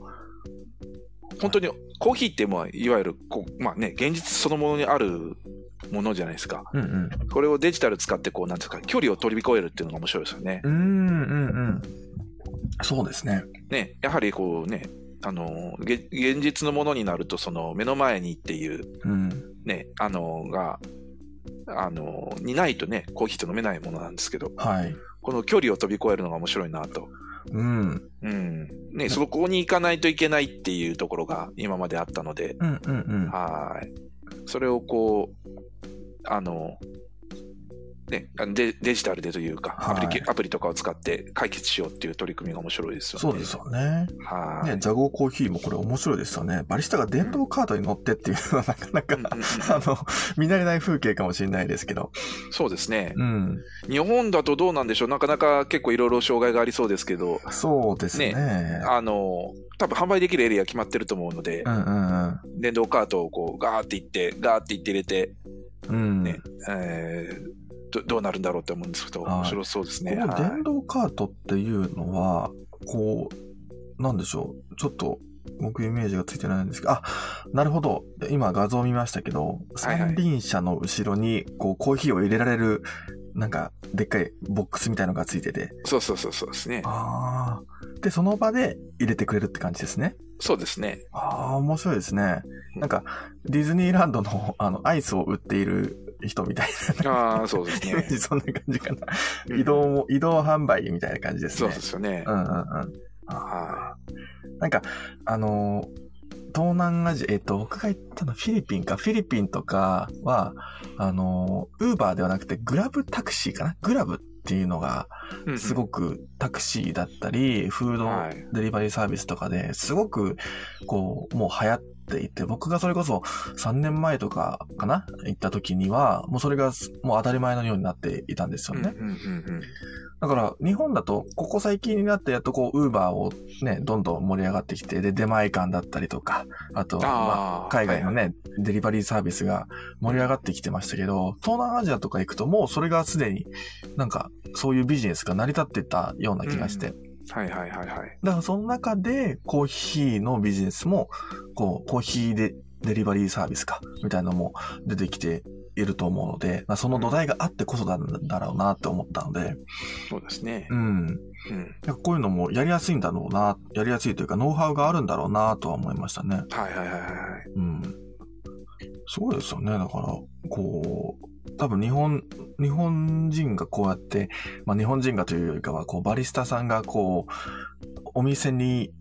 B: 本当にコーヒーって、まあ、いわゆるこう、まあね、現実そのものにあるものじゃないですか。
A: うんうん。
B: これをデジタル使って、こう、なんていうんですか、距離を飛び越えるっていうのが面白いですよね。
A: うーん、うん、うん。そうですね。
B: ね、やはりこうね、あのーげ現実のものになると、その目の前にっていう、
A: うん。
B: ね、あのーが、あのーにないとね、コーヒーって飲めないものなんですけど、
A: はい。
B: この距離を飛び越えるのが面白いなと。
A: うん。うん、
B: うん。ね、そこに行かないといけないっていうところが今まであったので、
A: うん、うん。
B: はーい。それをこう、あの、ね、あのデデジタルでというか、
A: はい
B: アプリケ、アプリとかを使って解決しようっていう取り組みが面白いですよね。
A: そうですよね。
B: はーい。
A: ね、ジャゴーコーヒーもこれ面白いですよね。バリスタが電動カートに乗ってっていうのはなかなか、
B: うんうんうん
A: あの、見慣れない風景かもしれないですけど。
B: そうですね。
A: うん。
B: 日本だとどうなんでしょうなかなか結構いろいろ障害がありそうですけど、
A: そうですね。
B: あの、多分販売できるエリア決まってると思うので
A: う、んうん
B: 電動カートをこうガーって行って、ガーって行って入れて、
A: うん。うん。
B: ねえーど、どうなるんだろうって思うんですけど、
A: はい
B: 面白そうです
A: こ
B: ね。
A: の
B: はい
A: 電動カートっていうのは、こう、なんでしょう。ちょっと、僕イメージがついてないんですけど、あ、なるほど。今画像見ましたけど、
B: はいは
A: 三
B: い
A: 輪車の後ろに、こう、コーヒーを入れられる、なんか、でっかいボックスみたいのがついてて、
B: そうそうそうそうですね。
A: ああ。で、その場で入れてくれるって感じですね。
B: そうですね。
A: ああ、面白いですね。
B: うん
A: なんか、ディズニーランドの、あの、アイスを売っている人みたい
B: ああ、そうです
A: なイメー
B: ね。
A: ジ、 <laughs> そんな感じかな。
B: うん
A: 移動も、移動販売みたいな感じです
B: そう
A: ね。
B: ですよね
A: う。んうんうん。
B: は
A: なんか、あのー東南アジア、えっと、僕が行ったのフィリピンか、フィリピンとかは、あのー、ウーバーではなくて、グラブタクシーかなグラブっていうのが、
B: い。
A: すご
B: く。
A: くタクシーだったり、フー
B: はい
A: ドデリバリーサービスとかですごく、こう、もう流行っていて、僕がそれこそ3年前とかかな行った時には、もうそれがすもう当たり前のようになっていたんです
B: う
A: よ
B: ん
A: ね。
B: うんうん
A: だから、日本だと、ここ最近になってやっとこう、ウーバーをね、どんどん盛り上がってきて、で、出前館だったりとか、あと、
B: うん
A: まあ
B: あー
A: 海外の
B: はい
A: ね、デリバリーサービスが盛り上がってきてましたけど、東南アジアとか行くともうそれがすでになんかそういうビジネスが成り立ってたような気がして、
B: はいはいはいはい。
A: だからその中でコーヒーのビジネスも、こう、コーヒーでデリバリーサービスか、みたいなのも出てきていると思うので、まあ、その土台があってこそなんだろうなって思ったので、
B: そうですね
A: う。ん。
B: うん。
A: なんかこういうのもやりやすいんだろうな、やりやすいというかノウハウがあるんだろうなとは思いましたね。
B: はいはいはいは
A: うん。すごいですよね。だから、こう、多分日本、日本人がこうやって、まあ日本人がというよりかは、こうバリスタさんがこう、お店に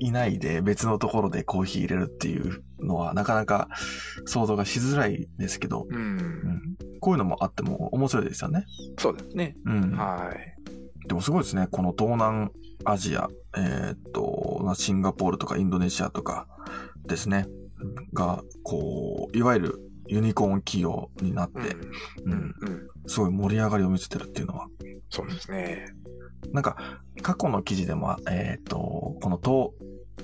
A: いないで別のところでコーヒー入れるっていうのはなかなか想像がしづらいですけど、
B: い。う。
A: うんん、こういうのもあっても面白いですよね。
B: そうですね。
A: うん。
B: はい。
A: でもすごいですね。この東南アジア、えーっと、まあシンガポールとかインドネシアとかですね。が、こう、いわゆるユニコーン企業になっ
B: うん
A: て、
B: う
A: うんん
B: うん。
A: すごい盛り上がりを見せてるっていうのは。
B: そうですね。
A: なんか、過去の記事でも、えーっと、この東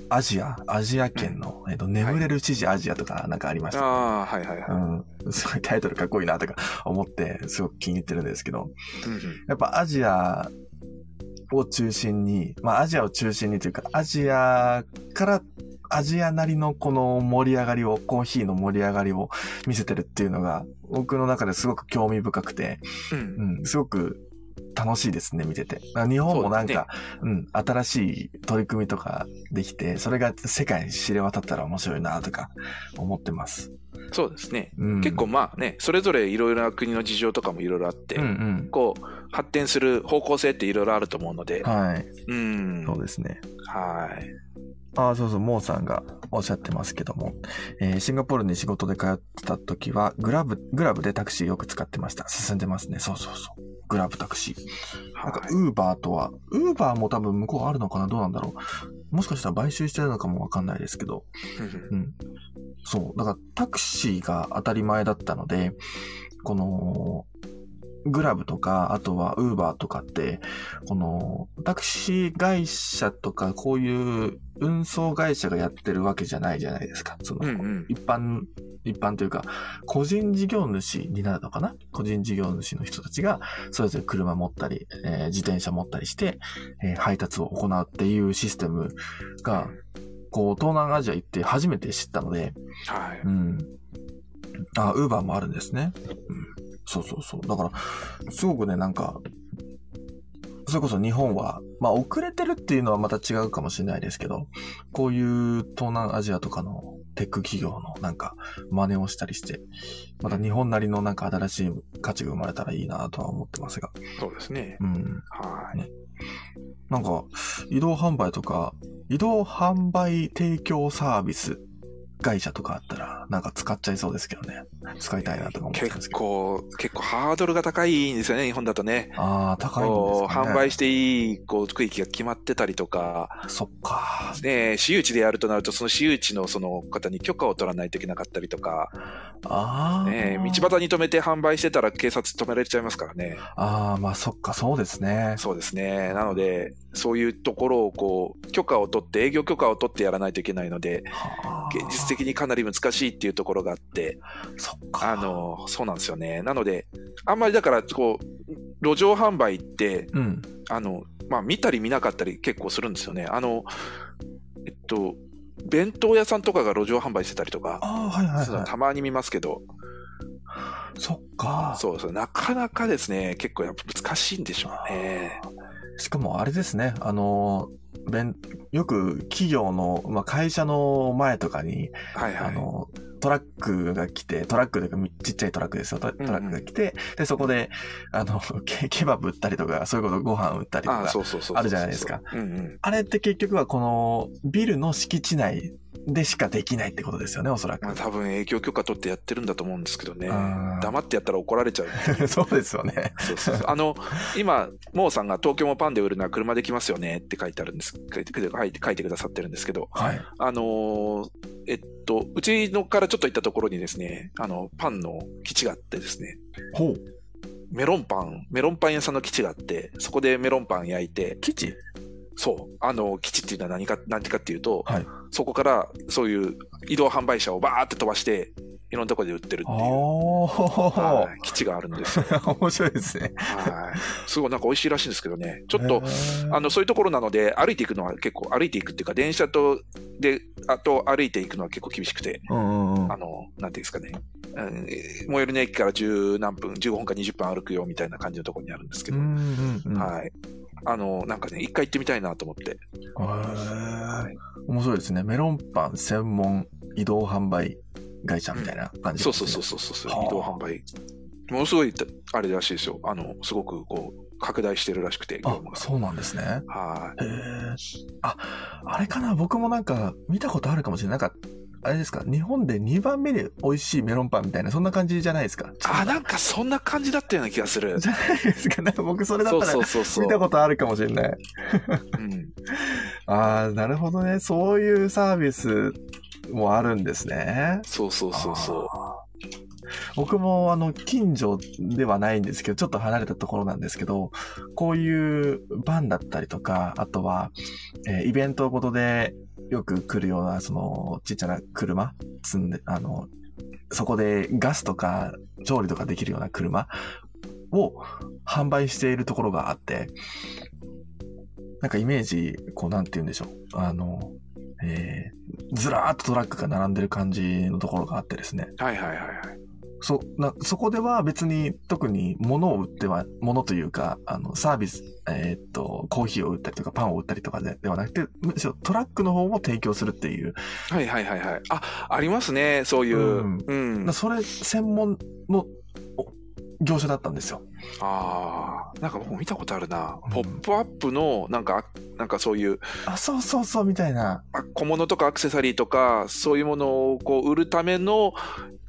A: アジア、アジア圏の、えーっと、眠れる支持アジアとかなんかありました。
B: ああ、はいはいは
A: うん、すごいタイトルかっこいいなとか思って、すごく気に入ってるんですけど、
B: い。うんうん
A: やっぱアジアを中心に、まあアジアを中心にというか、アジアからアジアなりのこの盛り上がりを、コーヒーの盛り上がりを見せてるっていうのが、僕の中ですごく興味深くて、
B: うん
A: うん、すごく楽しいですね、見てて。まあ日本もなんかう、ん、新しい取り組みとかできて、それが世界に知れ渡ったら面白いなとか思ってます。
B: そうですね。
A: うん、
B: 結構、まあね、それぞれいろいろな国の事情とかもいろいろあって、
A: うんうん。
B: こう、発展する方向性っていろいろあると思うので、
A: はい、
B: うん。
A: そうですね。
B: はい。
A: ああ、そうそう、モーさんがおっしゃってますけども、えーシンガポールに仕事で通ってた時は、グラブ、グラブでタクシーよく使ってました。進んでますね。そうそうそう。グラブタクシー。なんか
B: は、い
A: ウーバーとは、ウーバーも多分向こうあるのかなどうなんだろう。もしかしたら買収してるのかもわかんないですけど、
B: うん
A: うん。そう。だからタクシーが当たり前だったので、この、グラブとか、あとはウーバーとかって、この、タクシー会社とか、こういう運送会社がやってるわけじゃないじゃないですか。その、
B: うんうん
A: 一般、一般というか、個人事業主になるのかな個人事業主の人たちが、それぞれ車持ったり、えー自転車持ったりして、えー配達を行うっていうシステムが、こう、東南アジア行って初めて知ったので、
B: はい。
A: うん。あ、ウーバーもあるんですね。うん。そうそうそう。だから、すごくね、なんか、それこそ日本は、まあ遅れてるっていうのはまた違うかもしれないですけど、こういう東南アジアとかのテック企業のなんか真似をしたりして、また日本なりのなんか新しい価値が生まれたらいいなとは思ってますが。
B: そうですね。
A: うん。
B: はい。
A: なんか、移動販売とか、移動販売提供サービス会社とかあったら、なんか使っちゃいそうですけどね。使いたいなとか思ってます
B: 結
A: けど。
B: 構、結構ハードルが高いんですよね、日本だとね。
A: ああ、高いんです
B: こう
A: か、ね、
B: 販売していいこう区域が決まってたりとか、
A: そっか。
B: ね、私有地でやるとなると、その私有地のその方に許可を取らないといけなかったりとか、
A: ああ。
B: ね、道端に止めて販売してたら警察止められちゃいますからね。
A: ああ、まあそっか、そうですね。
B: そうですね。なので、そういうところをこう、許可を取って、営業許可を取ってやらないといけないので、
A: はあ
B: 現実的にかなり難しいっていうところがあって、
A: そっか。
B: あ、の、そうなんですよね。なので、あんまりだから、こう、路上販売って、
A: うん。
B: あの、まあ、見たり見なかったり結構するんですよね。あの、えっと、弁当屋さんとかが路上販売してたりとか、
A: ああ、はいはい
B: そうい
A: は
B: うのたまに見ますけど、
A: い。そっか。
B: そうそう、なかなかですね、結構やっぱ難しいんでしょうね。
A: しかもあれですね、あの、弁よく企業の、まあ、会社の前とかに、
B: はいは
A: あ
B: い。
A: の、トラックが来て、トラックというかみちっちゃいトラックですよ。トラトラックが来て、で、そこで、あの、 <laughs> ケケバブ売ったりとか、そういうことご飯売ったりと
B: ああ、
A: か。
B: そうそうそうそう
A: あるじゃないですか。
B: うんうん。
A: あれって結局はこのビルの敷地内でしかできないってことですよね、おそらく
B: まあ、。多分営業許可取ってやってるんだと思うんですけどね
A: あー。
B: 黙ってやったら怒られちゃう。
A: <laughs> そうですよね。
B: そうそうそう。あの、今、モーさんが東京もパンで売るのは車で来ますよねって書いてあるんです、書いてくれ書いて書いてくださってるんですけど、
A: はい。
B: あのーえっと、うちのからちょっと行ったところにですね、あの、パンの基地があってですね、
A: ほう。
B: メロンパン、メロンパン屋さんの基地があって、そこでメロンパン焼いて、
A: 基地
B: そう、あの、基地っていうのは何か、何かっていうと、
A: はい
B: そこからそういう移動販売車をバーって飛ばして、いろんなところで売ってるっ
A: あ
B: てい
A: あ、
B: う。
A: は
B: はい基地があるんです
A: い
B: よ。
A: <laughs> 面白いですね。
B: はい。すごいなんか美味しいらしいんですけどね。ちょっと
A: へ、ー
B: あの、そういうところなので、歩いていくのは結構、歩いていくっていうか、電車と、で、あと歩いていくのは結構厳しくて、
A: うんうんうん
B: あの、なんていうんですかね、うん、最寄りの駅から10何分、15分か20分歩くよみたいな感じのところにあるんですけ
A: う
B: ど、
A: んうんうん。
B: はい。あの、なんかね、一回行ってみたいなと思って、
A: へー
B: はい
A: 面白いですね。メロンパン専門移動販売会社みたいな感じ
B: そうそう
A: です
B: そ
A: ね
B: うそうそう、
A: はあ
B: 移動販売。ものすごい、あれらしいですよ。あの、すごくこう、拡大してるらしくて、業
A: あ
B: 務、が
A: そうなんですね。
B: はい。
A: へえ。あ、あれかな僕もなんか見たことあるかもしれない。なんか、あれですか日本で2番目に美味しいメロンパンみたいな、そんな感じじゃないですか <laughs>
B: あ、なんかそんな感じだったような気がする。
A: じゃないですかなんか僕それだ
B: そ
A: っ
B: う
A: たら
B: そうそうそう
A: 見。たことあるかもしれない。
B: うん
A: ああ、なるほどね。そういうサービスもあるんですね。
B: そうそうそうそう。
A: 僕もあの近所ではないんですけど、ちょっと離れたところなんですけど、こういうバンだったりとか、あとは、えーイベントごとでよく来るような、そのちっちゃな車積んで、あの、そこでガスとか調理とかできるような車を販売しているところがあって、なんかイメージ、こうなんて言うんでしょう。あの、えーずらーっとトラックが並んでる感じのところがあってですね。
B: はいはいはいはい。
A: そなそこでは別に特に物を売っては物というかあのサービス、えーっとコーヒーを売ったりとかパンを売ったりとかでではなくてむしろトラックの方も提供するっていう
B: はいはいはいはい。あ、ありますね、そういう。
A: うん
B: うん
A: なそれ専門のお業者だったんですよ。
B: ああ、なんかもう見たことあるな。
A: うん
B: ポップアップの、なんか、あなんかそういう、
A: あそうそうそうみたいな
B: あ小物とかアクセサリーとか、そういうものをこう売るための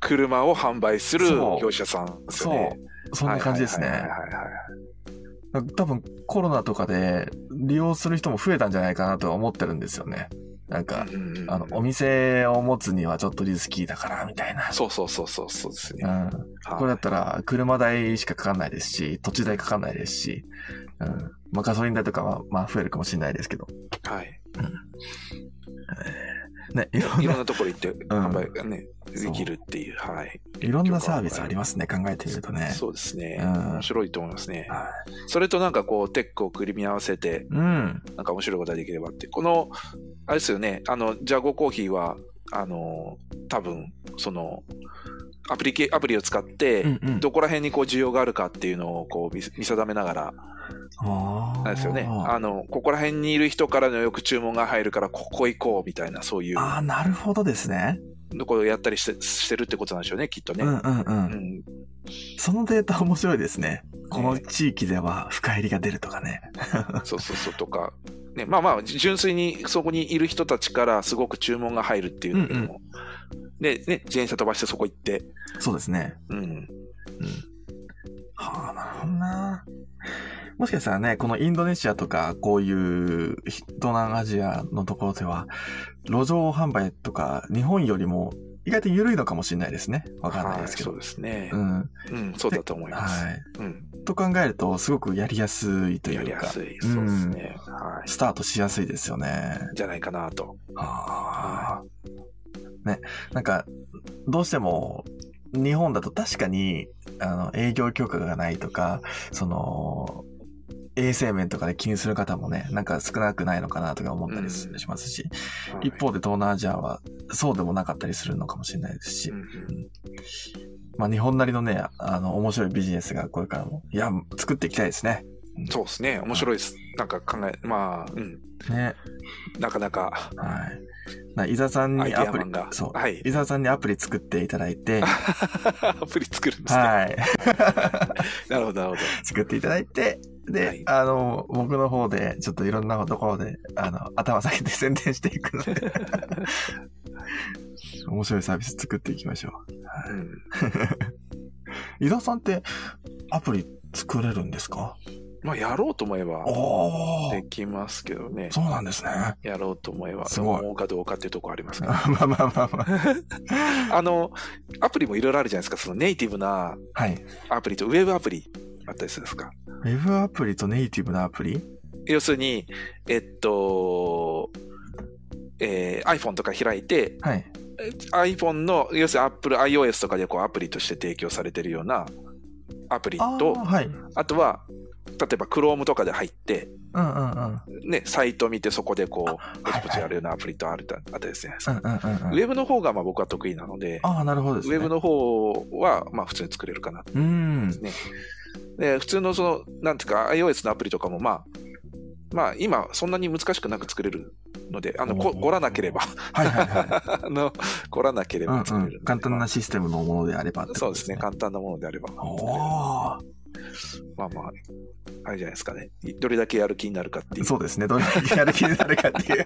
B: 車を販売する
A: そう
B: 業者さんですよね。
A: そうそんな感じです
B: はいはい
A: ね
B: はいはいはい
A: 多分コロナとかで利用する人も増えたんじゃないかなとは思ってるんですよねなんか
B: うんうんうん
A: あのお店を持つにはちょっとリスキーだからみたいな、
B: そうそうそうそう、そうですね。
A: うん、
B: はい
A: これだったら車代しかかかんないですし土地代かかんないですし、うんまあ、ガソリン代とかはまあ増えるかもしれないですけど
B: はい。
A: ねいろん
B: いろん
A: な
B: なところ行って、販売がね、できるっていう、はい。
A: いろんなサービスありますね考えてみるとね
B: そうですね。
A: うん
B: 面白いと思いますね。
A: はい
B: それとなんかこう、テックを組み合わせて、
A: うん
B: なんか面白いことができればって。この、あれですよね、あの、ジャゴコーヒーは、あの、多分、その、アプリケ、アプリを使って、
A: うんうん
B: どこら辺にこう需要があるかっていうのをこう見見定めながら、
A: あ
B: あ
A: ー
B: れですよね。あの、ここら辺にいる人からのよく注文が入るから、ここ行こうみたいな、そういう
A: あーなるほどですね
B: ところをやったりしてしてるってことなんでしょうね、きっとね。
A: うんうんうん、
B: うん
A: そのデータ面白いですね。この地域では深入りが出るとかね。
B: そうそうそうとか、ね、まあまあ、じ純粋にそこにいる人たちからすごく注文が入るっていうのでも、で、ね、自転車飛ばしてそこ行って、
A: そうですね。
B: うん、
A: はあ、なるほどな。もしかしたらね、このインドネシアとか、こういう東南アジアのところでは、路上販売とか、日本よりも意外と緩いのかもしれないですね。わからないですけど。
B: はいそうですね
A: う。ん。
B: うん、そうだと思います。
A: は
B: うん、
A: い。と考えると、すごくやりやすいという
B: や
A: か。
B: りやすい。そうですね。は
A: スタートしやすいですよね。
B: い。じゃないかなと。
A: はあ。ね、なんか、どうしても、日本だと確かに、あの、営業許可がないとか、その、衛生面とかで気にする方もね、なんか少なくないのかなとか思ったりし
B: うん
A: しますし、
B: はい
A: 一、方で東南アジアはそうでもなかったりするのかもしれないですし、
B: うんうん
A: まあ日本なりのね、あの、面白いビジネスがこれからも、いや、作っていきたいですね。
B: そうですね。面白いです。なんか考え、まあ、うん、
A: ね。
B: なかなか、
A: はい。な伊沢さん
B: アイ
A: に
B: デ
A: ア
B: ア
A: プ
B: マ
A: リ
B: ンが、、
A: そう。
B: はい。
A: 伊沢さんにアプリ作っていただいて、
B: <laughs> アプリ作るんですね。
A: はい。
B: なるほど、なるほど。
A: 作っていただいて、で、
B: はい
A: あの、僕の方で、ちょっといろんなところで、あの、頭下げて宣伝していくの
B: <laughs>
A: で、面白いサービス作っていきましょ
B: うん
A: う。伊田さんって、アプリ作れるんですか
B: まあ、やろうと思えば、
A: おお
B: できますけどね。
A: そうなんですね。
B: やろうと思えば、
A: すごい
B: 思うかどうかっていうところあり
A: <laughs>
B: ますけど、
A: まあまあまあまあ。
B: あの、アプリもいろいろあるじゃないですか、そのネイティブな
A: はい。
B: アプリとウェブアプリあったりするんですか。
A: ウェブアプリとネイティブなアプリ
B: 要するに、えっと、えー iPhone とか開いて、
A: はい。
B: え iPhone の、要するに Apple iOS とかでこうアプリとして提供されてるようなアプリ
A: あ
B: と、
A: ー
B: あ
A: はい。うん
B: とは、例えば Chrome とかで入って、
A: うんうん。うん
B: ね、サイト見てそこでこう、ポ
A: はい
B: チポチやるようなアプリとあるたあったりするじゃ
A: う
B: ない
A: ん
B: ですか。
A: うん
B: ウ
A: うん。
B: ェブの方がまあ僕は得意なので、
A: ああ、なるほどです
B: ウ
A: ね。
B: ェブの方は、まあ、普通に作れるかなと
A: うん。
B: ね。で、普通のその、なんていうか、iOS のアプリとかも、まあ、まあ、今、そんなに難しくなく作れるので、あの、こ
A: おー
B: 凝らなければ、 <laughs>
A: はいはいはい。
B: あの、凝らなければ
A: う
B: 作
A: ん
B: れ
A: う
B: るので、
A: ん、簡単
B: ま
A: な
B: あ
A: システムのものであればってこ
B: そう
A: と
B: ですね、簡単なものであれば。
A: おー
B: まあまあ、あれじゃないですかね。どれだけやる気になるかっていう。
A: そうですね。どれだけやる気になるかって
B: <laughs>
A: いう。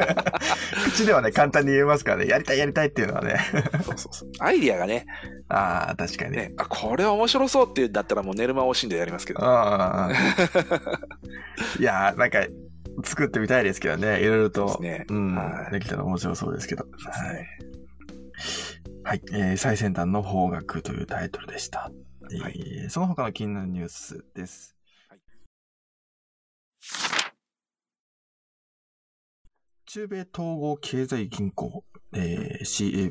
A: 口ではね、簡単に言えますからね。やりたいやりたいっていうのはね。
B: そうそうそうアイディアがね
A: <laughs> ああ、確かにね。
B: ね、あ、これ面白そうっていうんだったらもう寝る間を惜しんでやりますけど。
A: あーいやー、なんか、作ってみたいですけどね。いろいろと。
B: そうですね
A: ん、
B: はい
A: できたら面白そうですけど。
B: ですね
A: はい。はい、えー最先端の方角というタイトルでした。
B: はい
A: えーその他の気になるニュースです。中米統合経済銀行えー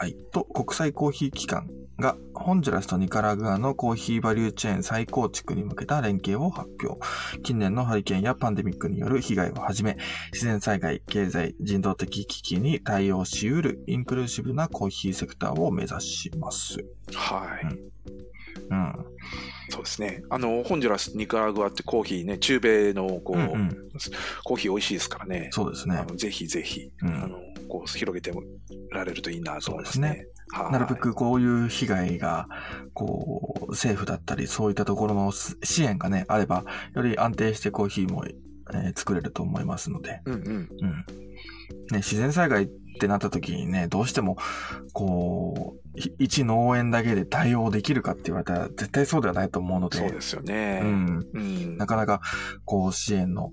A: CABEI と国際コーヒー機関がホンジュラスとニカラグアのコーヒーバリューチェーン再構築に向けた連携を発表。近年のハリケーンやパンデミックによる被害をはじめ、自然災害、経済、人道的危機に対応しうるインクルーシブなコーヒーセクターを目指します。
B: はい。
A: うん。
B: そうですね。あの、ホンジュラス、ニカラグアってコーヒーね、中米のこう、
A: うんうん
B: コーヒー美味しいですからね。
A: そうです
B: あ
A: ね。
B: のぜひぜひ、
A: う
B: あ
A: ん
B: の、こう、広げてられるといいなと思いますね。
A: そうで
B: はい
A: なるべくこういう被害が、こう、政府だったり、そういったところのす支援がね、あれば、より安定してコーヒーも、えー作れると思いますので、
B: うんうん。
A: うん。ね、自然災害ってなった時にね、どうしても、こう、ひ一農園だけで対応できるかって言われたら、絶対そうではないと思うので、
B: そうですよ
A: う
B: ね。
A: ん。
B: うん
A: なかなか、こう、支援の、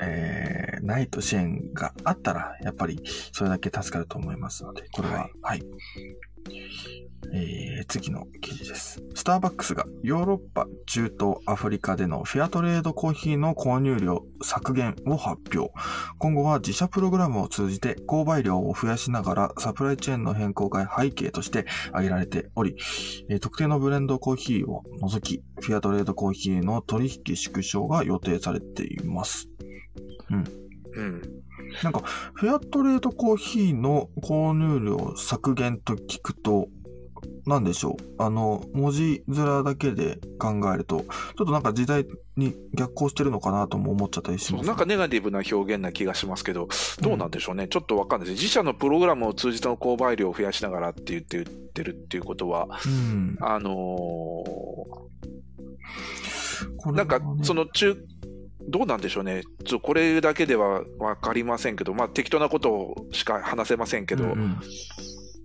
A: えーないと支援があったら、やっぱり、それだけ助かると思いますので、これは、はい。えー次の記事です。スターバックスがヨーロッパ、中東、アフリカでのフェアトレードコーヒーの購入量削減を発表。今後は自社プログラムを通じて購買量を増やしながらサプライチェーンの変更が背景として挙げられており、えー特定のブレンドコーヒーを除き、フェアトレードコーヒーの取引縮小が予定されています。
B: うん。
A: フェアトレードコーヒーの購入量削減と聞くと、なんでしょう。あの、文字面だけで考えると、ちょっとなんか時代に逆行してるのかなとも思っちゃったりします、
B: なんかネガティブな表現な気がしますけど、どうなんでしょうね、ちょっとわかんないです。自社のプログラムを通じての購買量を増やしながらって言って言ってるっていうことは、
A: うん。
B: あのー
A: これ
B: なん
A: はね
B: かその中、どうなんでしょうね、ちょこれだけではわかりませんけど、まあ、適当なことしか話せませんけど、
A: うんうん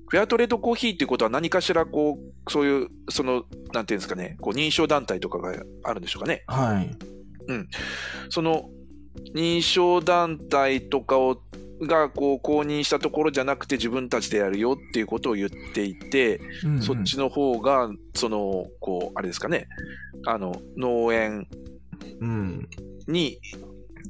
B: フェアトレードコーヒーっていうことは、何かしらこう、そういう、その、なんていうんですかね、こう認証団体とかがあるんでしょうかね。
A: はい。
B: その認証団体とかをがこう公認したところじゃなくて自分たちでやるよっていうことを言っていて、
A: うんうん
B: そっちの方がそのこうあれですかねあの農園
A: うん。
B: に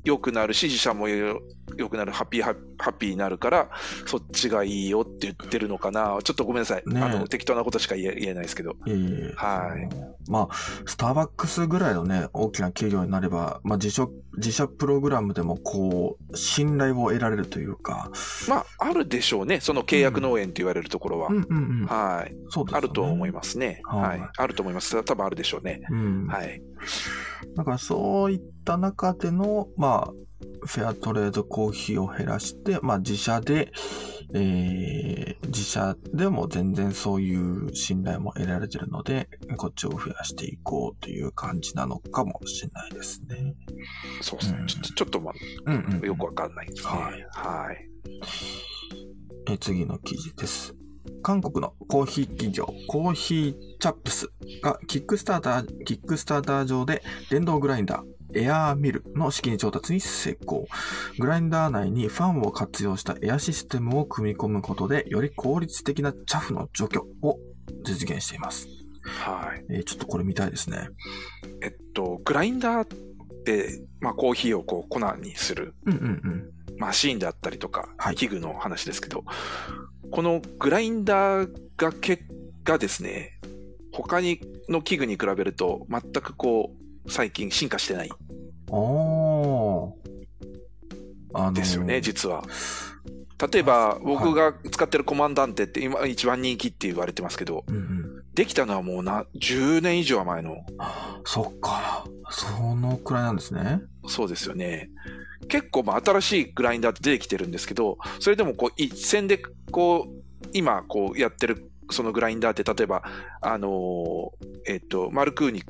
B: 良くなる支持者もよ良くなるハッピーハッハッピーになるからそっちがいいよって言ってるのかなちょっとごめんなさい、
A: ねえ
B: あの適当なことしか言え言えないですけど
A: いえいえ。
B: はい
A: まあ、スターバックスぐらいのね、大きな企業になれば、まあ、自社、自社プログラムでも、こう、信頼を得られるというか、
B: まああるでしょうねその契約農園って言われるところは、
A: うんうんうん。
B: はい
A: そうですよね
B: あると思いますね。
A: は
B: はいい。あると思います。多分あるでしょうね。
A: うん。
B: はい。
A: だからそういった中での、まあ、フェアトレードコーヒーを減らして、まあ自社で、えー自社でも全然そういう信頼も得られてるので、こっちを増やしていこうという感じなのかもしれないですね。
B: そうですね
A: う。ん
B: ちょっとちょっとま
A: うん
B: あ、よくわかんないですね。
A: はい
B: はい。
A: え次の記事です。韓国のコーヒー企業、コーヒーチャップスがキックスターター、キックスターター上で電動グラインダー、エアーミルの資金調達に成功。グラインダー内にファンを活用したエアシステムを組み込むことで、より効率的なチャフの除去を実現しています。
B: はい。
A: えーちょっとこれ見たいですね。
B: えっと、グラインダーって、まあ、コーヒーをこう粉にする
A: うんうんうん。
B: マシーンだったりとか
A: はい、
B: 器具の話ですけど、このグラインダーがけがですね、他にの器具に比べると全くこう、最近進化してないん
A: おー。あのー
B: ですよね、実は。例えば、僕が使ってるコマンダンテって今一番人気って言われてますけど、
A: うんうん。
B: できたのはもうな10年以上前の
A: そっか。そのくらいなんですね。
B: そうですよね結構まあ新しいグラインダーって出てきてるんですけどそれでもこう一戦でこう今こうやってるそのグラインダーって例えばあのーえっとマルクーニッ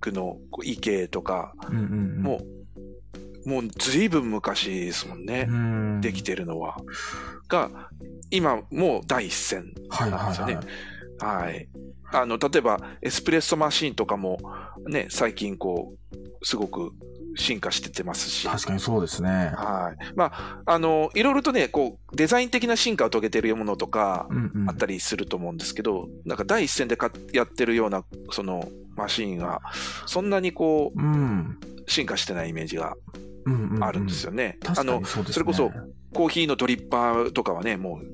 B: クのこう EK とか
A: うんうんうん、
B: もう、もうずいぶん昔ですもんね、
A: うん
B: できてるのはが今もう第一線
A: はいはい
B: た
A: は
B: んで
A: い。
B: すよはい。あの、例えば、エスプレッソマシンとかも、ね、最近こう、すごく進化してってますし。
A: 確かにそうですね。
B: はい。まあ、あの、いろいろとね、こう、デザイン的な進化を遂げてるものとか
A: う、んうん
B: あったりすると思うんですけど、なんか第一線でかやってるような、その、マシンは、そんなにこう、
A: うん
B: 進化してないイメージが
A: うんうう
B: あるんですよね。
A: 確
B: あ
A: か
B: の
A: に、そうですね。
B: それこそコーヒーのドリッパーとかはね、もう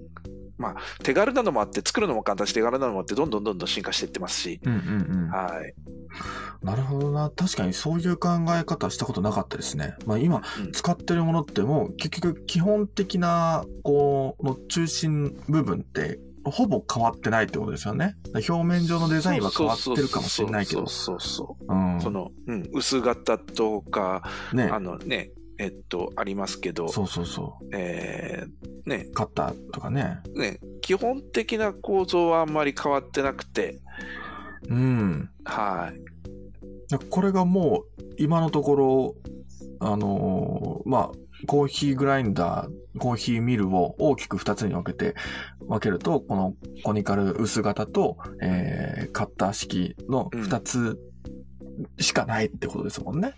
B: まあ、手軽なのもあって、作るのも簡単し、手軽なのもあって、どんどんどんどん進化していってますし、
A: うんうんうん。
B: はい。
A: なるほどな。確かにそういう考え方したことなかったですね。まあ今
B: うん
A: 使ってるものってもう結局基本的な、こう、の中心部分ってほぼ変わってないってことですよね。表面上のデザインは変わってるかもしれないけど。
B: そうそうそうそうそうう。
A: ん。
B: その、うん、薄型とか、
A: ね
B: あ。のね、えっと、ありますけど、
A: そうそうそ
B: えーね
A: う。、カッターとかね。
B: ね、基本的な構造はあんまり変わってなくて、
A: うん。
B: はい。
A: だからこれがもう今のところ、あのーまあ、コーヒーグラインダー、コーヒーミルを大きく2つに分けて、分けると、このコニカル薄型と、えーカッター式の2つしかないってことですもんね。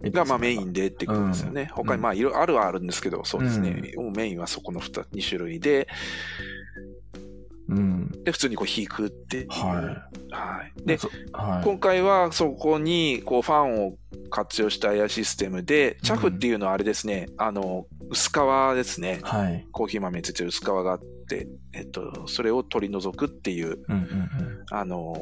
B: がまあメインでっていうことですよね。
A: うん
B: 他にまあいろいろあるはあるんですけど、そうですね。もうメインはそこの 2, 2種類で、
A: うん。
B: で普通にこう弾くっていう。
A: は
B: はい。
A: い。
B: で、
A: そはい。
B: 今回はそこにこうファンを活用したエアシステムで、チャフっていうのはあれですね、あの、薄皮ですね。
A: はい。
B: コーヒー豆についてる薄皮があって、えっと、それを取り除くっていう、
A: うんうんうん。
B: あの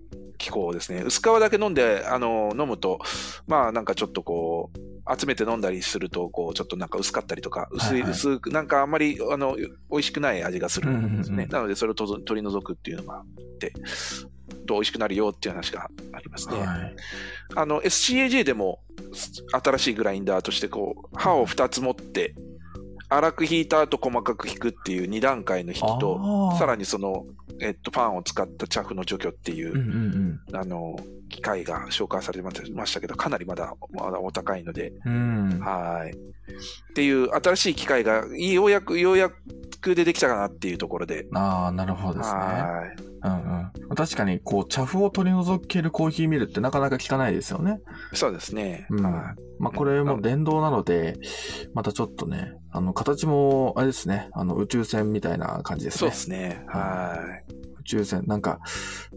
B: ー機構ですね。薄皮だけ飲んで、あのー飲むと、まあなんかちょっとこう、集めて飲んだりすると、こう、ちょっとなんか薄かったりとか、薄、
A: はいいはい
B: 薄く、なんかあんまり、あの、美味しくない味がするんですね。
A: うんうんうん
B: なので、それをとぞ取り除くっていうのがあって、どう美味しくなるよっていう話がありますね。
A: はい。
B: あの、SCAG でも、す新しいグラインダーとして、こう、刃を2つ持って、粗く引いた後細かく引くっていう2段階の引きと、
A: あー
B: さらにその、えっと、パンを使ったチャフの除去っていうう、
A: んうん
B: あの、機械が紹介されてましたけど、かなりまだ、まだお高いので、
A: うん。うん。
B: はい。っていう、新しい機械が、ようやく、ようやくでできたかなっていうところで、
A: ああ、なるほどですね。
B: はい。
A: うんうん。確かに、こう、茶フを取り除けるコーヒーミルってなかなか聞かないですよね。
B: そうですね。
A: うん
B: はい
A: まあ、これも電動なので、またちょっとね、あの、形も、あれですね、あの、宇宙船みたいな感じです
B: そう
A: ね
B: で。すね。はい。
A: 宇宙船、なんか、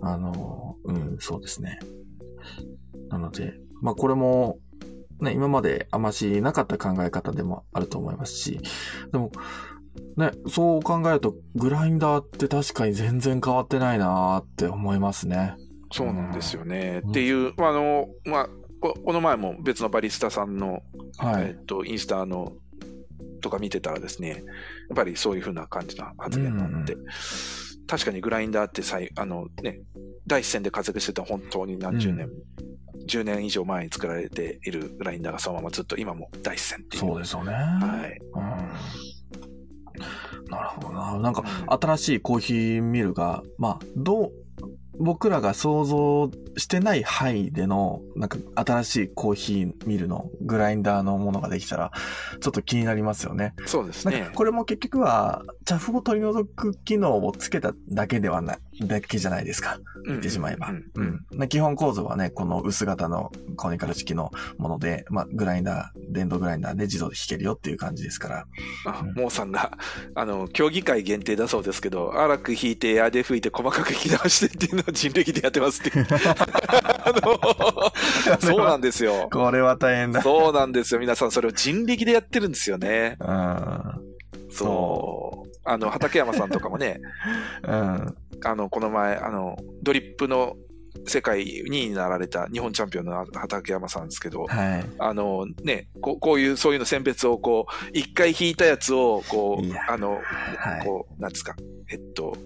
A: あの、うん、そうですね。なので、まあ、これも、ね、今まであましなかった考え方でもあると思いますし、でも、ね、そう考えると、グラインダーって確かに全然変わってないなーって思いますね。
B: そうなんですよね。
A: うん
B: っていう、まああの、まあ、ここの前も別のバリスタさんの、
A: は
B: え
A: い。
B: っと、インスタのとか見てたらですね、やっぱりそういうふうな感じな発言があって、
A: う
B: 確かにグラインダーってさいあの、ね、第一線で活躍してた本当に何十年、10年以上前に作られているグラインダーがそのままずっと今も第一線っていう。
A: そうですよね。
B: はい。
A: うんなるほどな。なんか、
B: うん
A: 新しいコーヒーミルが、まあ、どう、僕らが想像してない範囲での、なんか、新しいコーヒーミルのグラインダーのものができたら、ちょっと気になりますよね。
B: そうです
A: なん
B: ね
A: か、。これも結局は、チャフを取り除く機能をつけただけではない、だけじゃないですか。
B: 言
A: 言ってしまえば。
B: うん。
A: う
B: うん
A: ん。で基本構造はね、この薄型のコニカル式のもので、まあ、グラインダー、電動グラインダーで自動で弾けるよっていう感じですから。
B: あモーさんが、あの、競技会限定だそうですけど、荒く引いて、エアで吹いて、細かく引き直してっていうのを人力でやってますって。あの、そうなんですよ。
A: <laughs> これは大変だ。
B: そうなんですよ。皆さん、それを人力でやってるんですよね。
A: うん。
B: そう。あの、畠山さんとかもね、
A: うん。
B: あの、この前、あの、ドリップの世界2位になられた日本チャンピオンの畠山さんですけど、
A: は
B: あのね、こうこういう、そういうの選別をこう、一回引いたやつを、こ
A: いや
B: う、あの、
A: はい
B: こう、なんですか、えっと、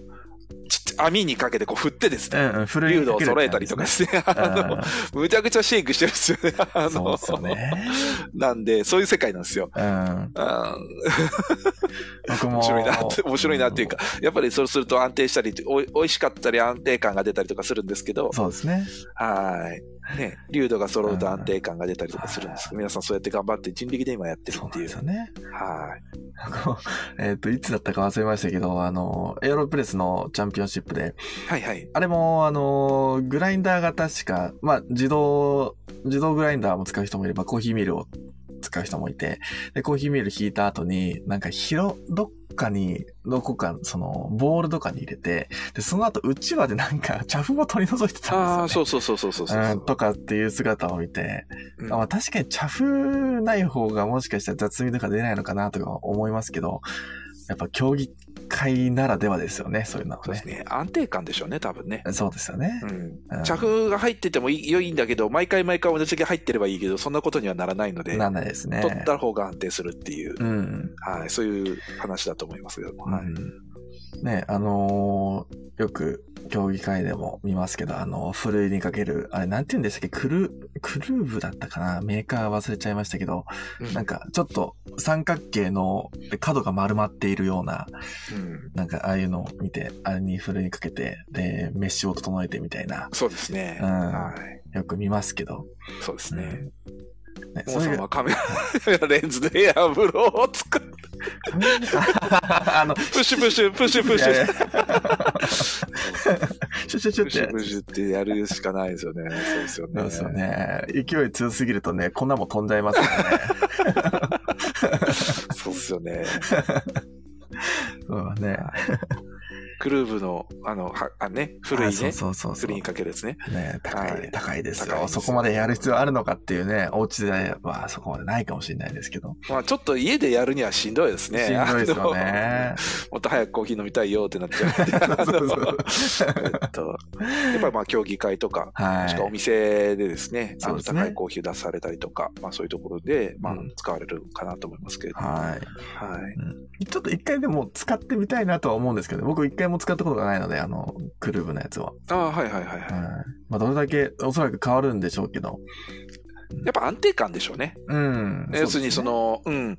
B: ちっ網にかけてこう振ってです
A: い。う
B: ね、
A: んうん。フ
B: 流動を揃えたりとか
A: し
B: して、 <laughs> あの、むちゃくちゃシェイクしてるんですよね。あ
A: そう
B: の、
A: ですよね。
B: なんで、そういう世界なんですよ。
A: うん。
B: あー
A: 僕も。
B: 面白いなって、面白いなっていうか、やっぱりそうすると安定したり、おい美味しかったり安定感が出たりとかするんですけど
A: うん。、そうですね。
B: はい。ね、流度が揃うと安定感が出たりとかするんですけど、皆さんそうやって頑張って人力で今やってる
A: そう
B: っ
A: な
B: て
A: ん
B: い
A: です
B: う。
A: よね。
B: はい。
A: 僕もえっと、いつだったか忘れましたけど、あの、エアロプレスのチャンピオンシップで、
B: はいはい。
A: あれも、あのーグラインダーが確か、まあ、自動、自動グラインダーも使う人もいれば、コーヒーミルを使う人もいて、で、コーヒーミル引いた後に、なんか、ひろ、どっかに、どこか、その、ボールとかに入れて、で、その後、うちわで <laughs> なんか、茶粉を取り除いてた
B: あ
A: ん
B: あ、
A: ですよ、
B: そ
A: ね。
B: うそうそうそうそうそう
A: うんとかっていう姿を見て、
B: うん
A: あまあ、確かに茶粉ない方がもしかしたら雑味とか出ないのかなとか思いますけど、やっぱ競技界ならではですよね、そういうのは
B: そうで
A: ね
B: す。ね。安定感でしょうね、多分ね。
A: そうですよね
B: う。ん
A: うん
B: 茶風が入っててもいい良いんだけど、毎回毎回同じだけ入ってればいいけど、そんなことにはならないので、
A: ならないですね。
B: 取った方が安定するっていう、
A: うん。
B: はい、そういう話だと思いますけども。はい
A: うんね、あのーよく競技会でも見ますけど、あのー、ふるいにかける、あれ、なんて言うんでしたっけ、クル、クルーブだったかなメーカー忘れちゃいましたけど、
B: うん
A: なんか、ちょっと三角形の角が丸まっているような、
B: うん
A: なんか、ああいうのを見て、あれにふるいにかけて、で、メッシュを整えてみたいな、
B: そうですね。
A: うん
B: はい。
A: よく見ますけど。
B: そうですね。
A: うんね、
B: モ
A: そ
B: ーさ
A: れ
B: ん
A: が、
B: はカメラ <laughs> レンズでエアブローを作る。
A: <laughs> あの、
B: プッシュプッシュ、プッシュプッ
A: い
B: シ
A: やいや
B: ュ。
A: シュシュシ
B: プ
A: ュ
B: ッ
A: っ
B: シュ
A: て
B: プ。ッシュってやるしかないですよね。そうですよ
A: そう
B: ね。
A: ですよね。勢い強すぎるとね、こんなもん飛んじゃい
B: <laughs>
A: ますからね。
B: そうですよね。
A: そうだね。
B: クルーブの、あの、はあね、古い
A: あそう
B: ね、
A: そうそうそ
B: 古
A: う
B: いにかけるやつね。
A: ね高
B: はい
A: い、高いです
B: 高い
A: よ。
B: です
A: そ
B: よ
A: こまでやる必要あるのかっていうね、お家ではそこまでないかもしれないですけど。
B: まあちょっと家でやるにはしんどいですね。
A: しんどいですよね。
B: あの。 <laughs> もっと早くコーヒー飲みたいよってなっちゃう。
A: <laughs> そうそう
B: えっとやっぱりまあ競技会とか、もしくはお
A: は
B: 店でですね、あ
A: そう
B: の
A: ですね
B: 高いコーヒーを出されたりとか、まあそういうところで、まあ
A: うん
B: 使われるかなと思いますけれ
A: い。
B: ども。
A: は
B: はい。
A: い。ちょっと一回でも使ってみたいなとは思うんですけど、僕一回も使ったことがないので、あの、クルーブのやつは。
B: ああ、はいはいはい
A: はい
B: は。
A: まあ、どれだけおそらく変わるんでしょうけど。
B: い。やっぱ安定感でしょうね。
A: うん。
B: 要するにそ、の、うん。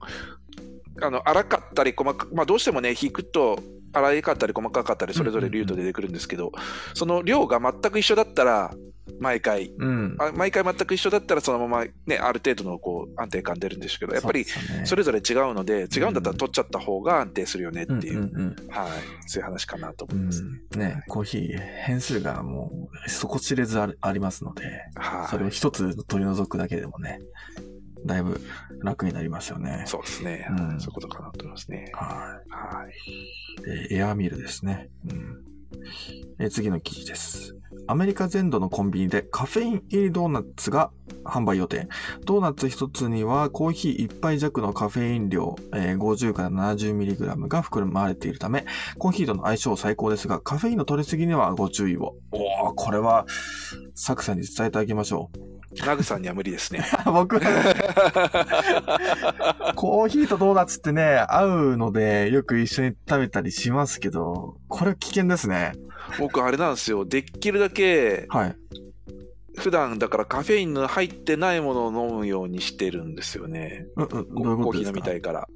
B: あの、荒かったり細か、まあどうしてもね、引くと、荒いかったり細かかったり、それぞれ粒度で出てくるんですけど、その量が全く一緒だったら、毎回、
A: うん。
B: あ毎回全く一緒だったらそのままねある程度のこう安定感出るんですけどやっぱり
A: そうですよね
B: それぞれ違うので違うんだったら取っちゃった方が安定するよねっていう、
A: んんん
B: はい、そういう話かなと
A: う
B: 思い
A: ん
B: ますね。
A: ね、コーヒー変数がもう底知れずあるありますので、
B: はい
A: それを一つ取り除くだけでもね、だいぶ楽になりますよね。
B: そうですね、
A: うん
B: そういうことかなと思いますね。
A: は
B: はい
A: いで。エアミルですね。うんえー次の記事です。アメリカ全土のコンビニでカフェイン入りドーナツが販売予定。ドーナツ一つにはコーヒー1杯弱のカフェイン量、えー50から 70mg が含まれているため、コーヒーとの相性最高ですが、カフェインの取りすぎにはご注意を。おおこれは、サクさんに伝えてあげましょう。
B: ナグさんには無理ですね。
A: <laughs> 僕コーヒーとドーナツってね、合うので、よく一緒に食べたりしますけど、これは危険ですね。
B: 僕あれなんですよ。できるだけ
A: はい。
B: 普段だからカフェインの入ってないものを飲むようにしてるんですよね。
A: ううどういう
B: コ
A: こ
B: コ
A: と
B: ーヒ
A: で
B: ー
A: す
B: 飲み
A: か
B: たいから。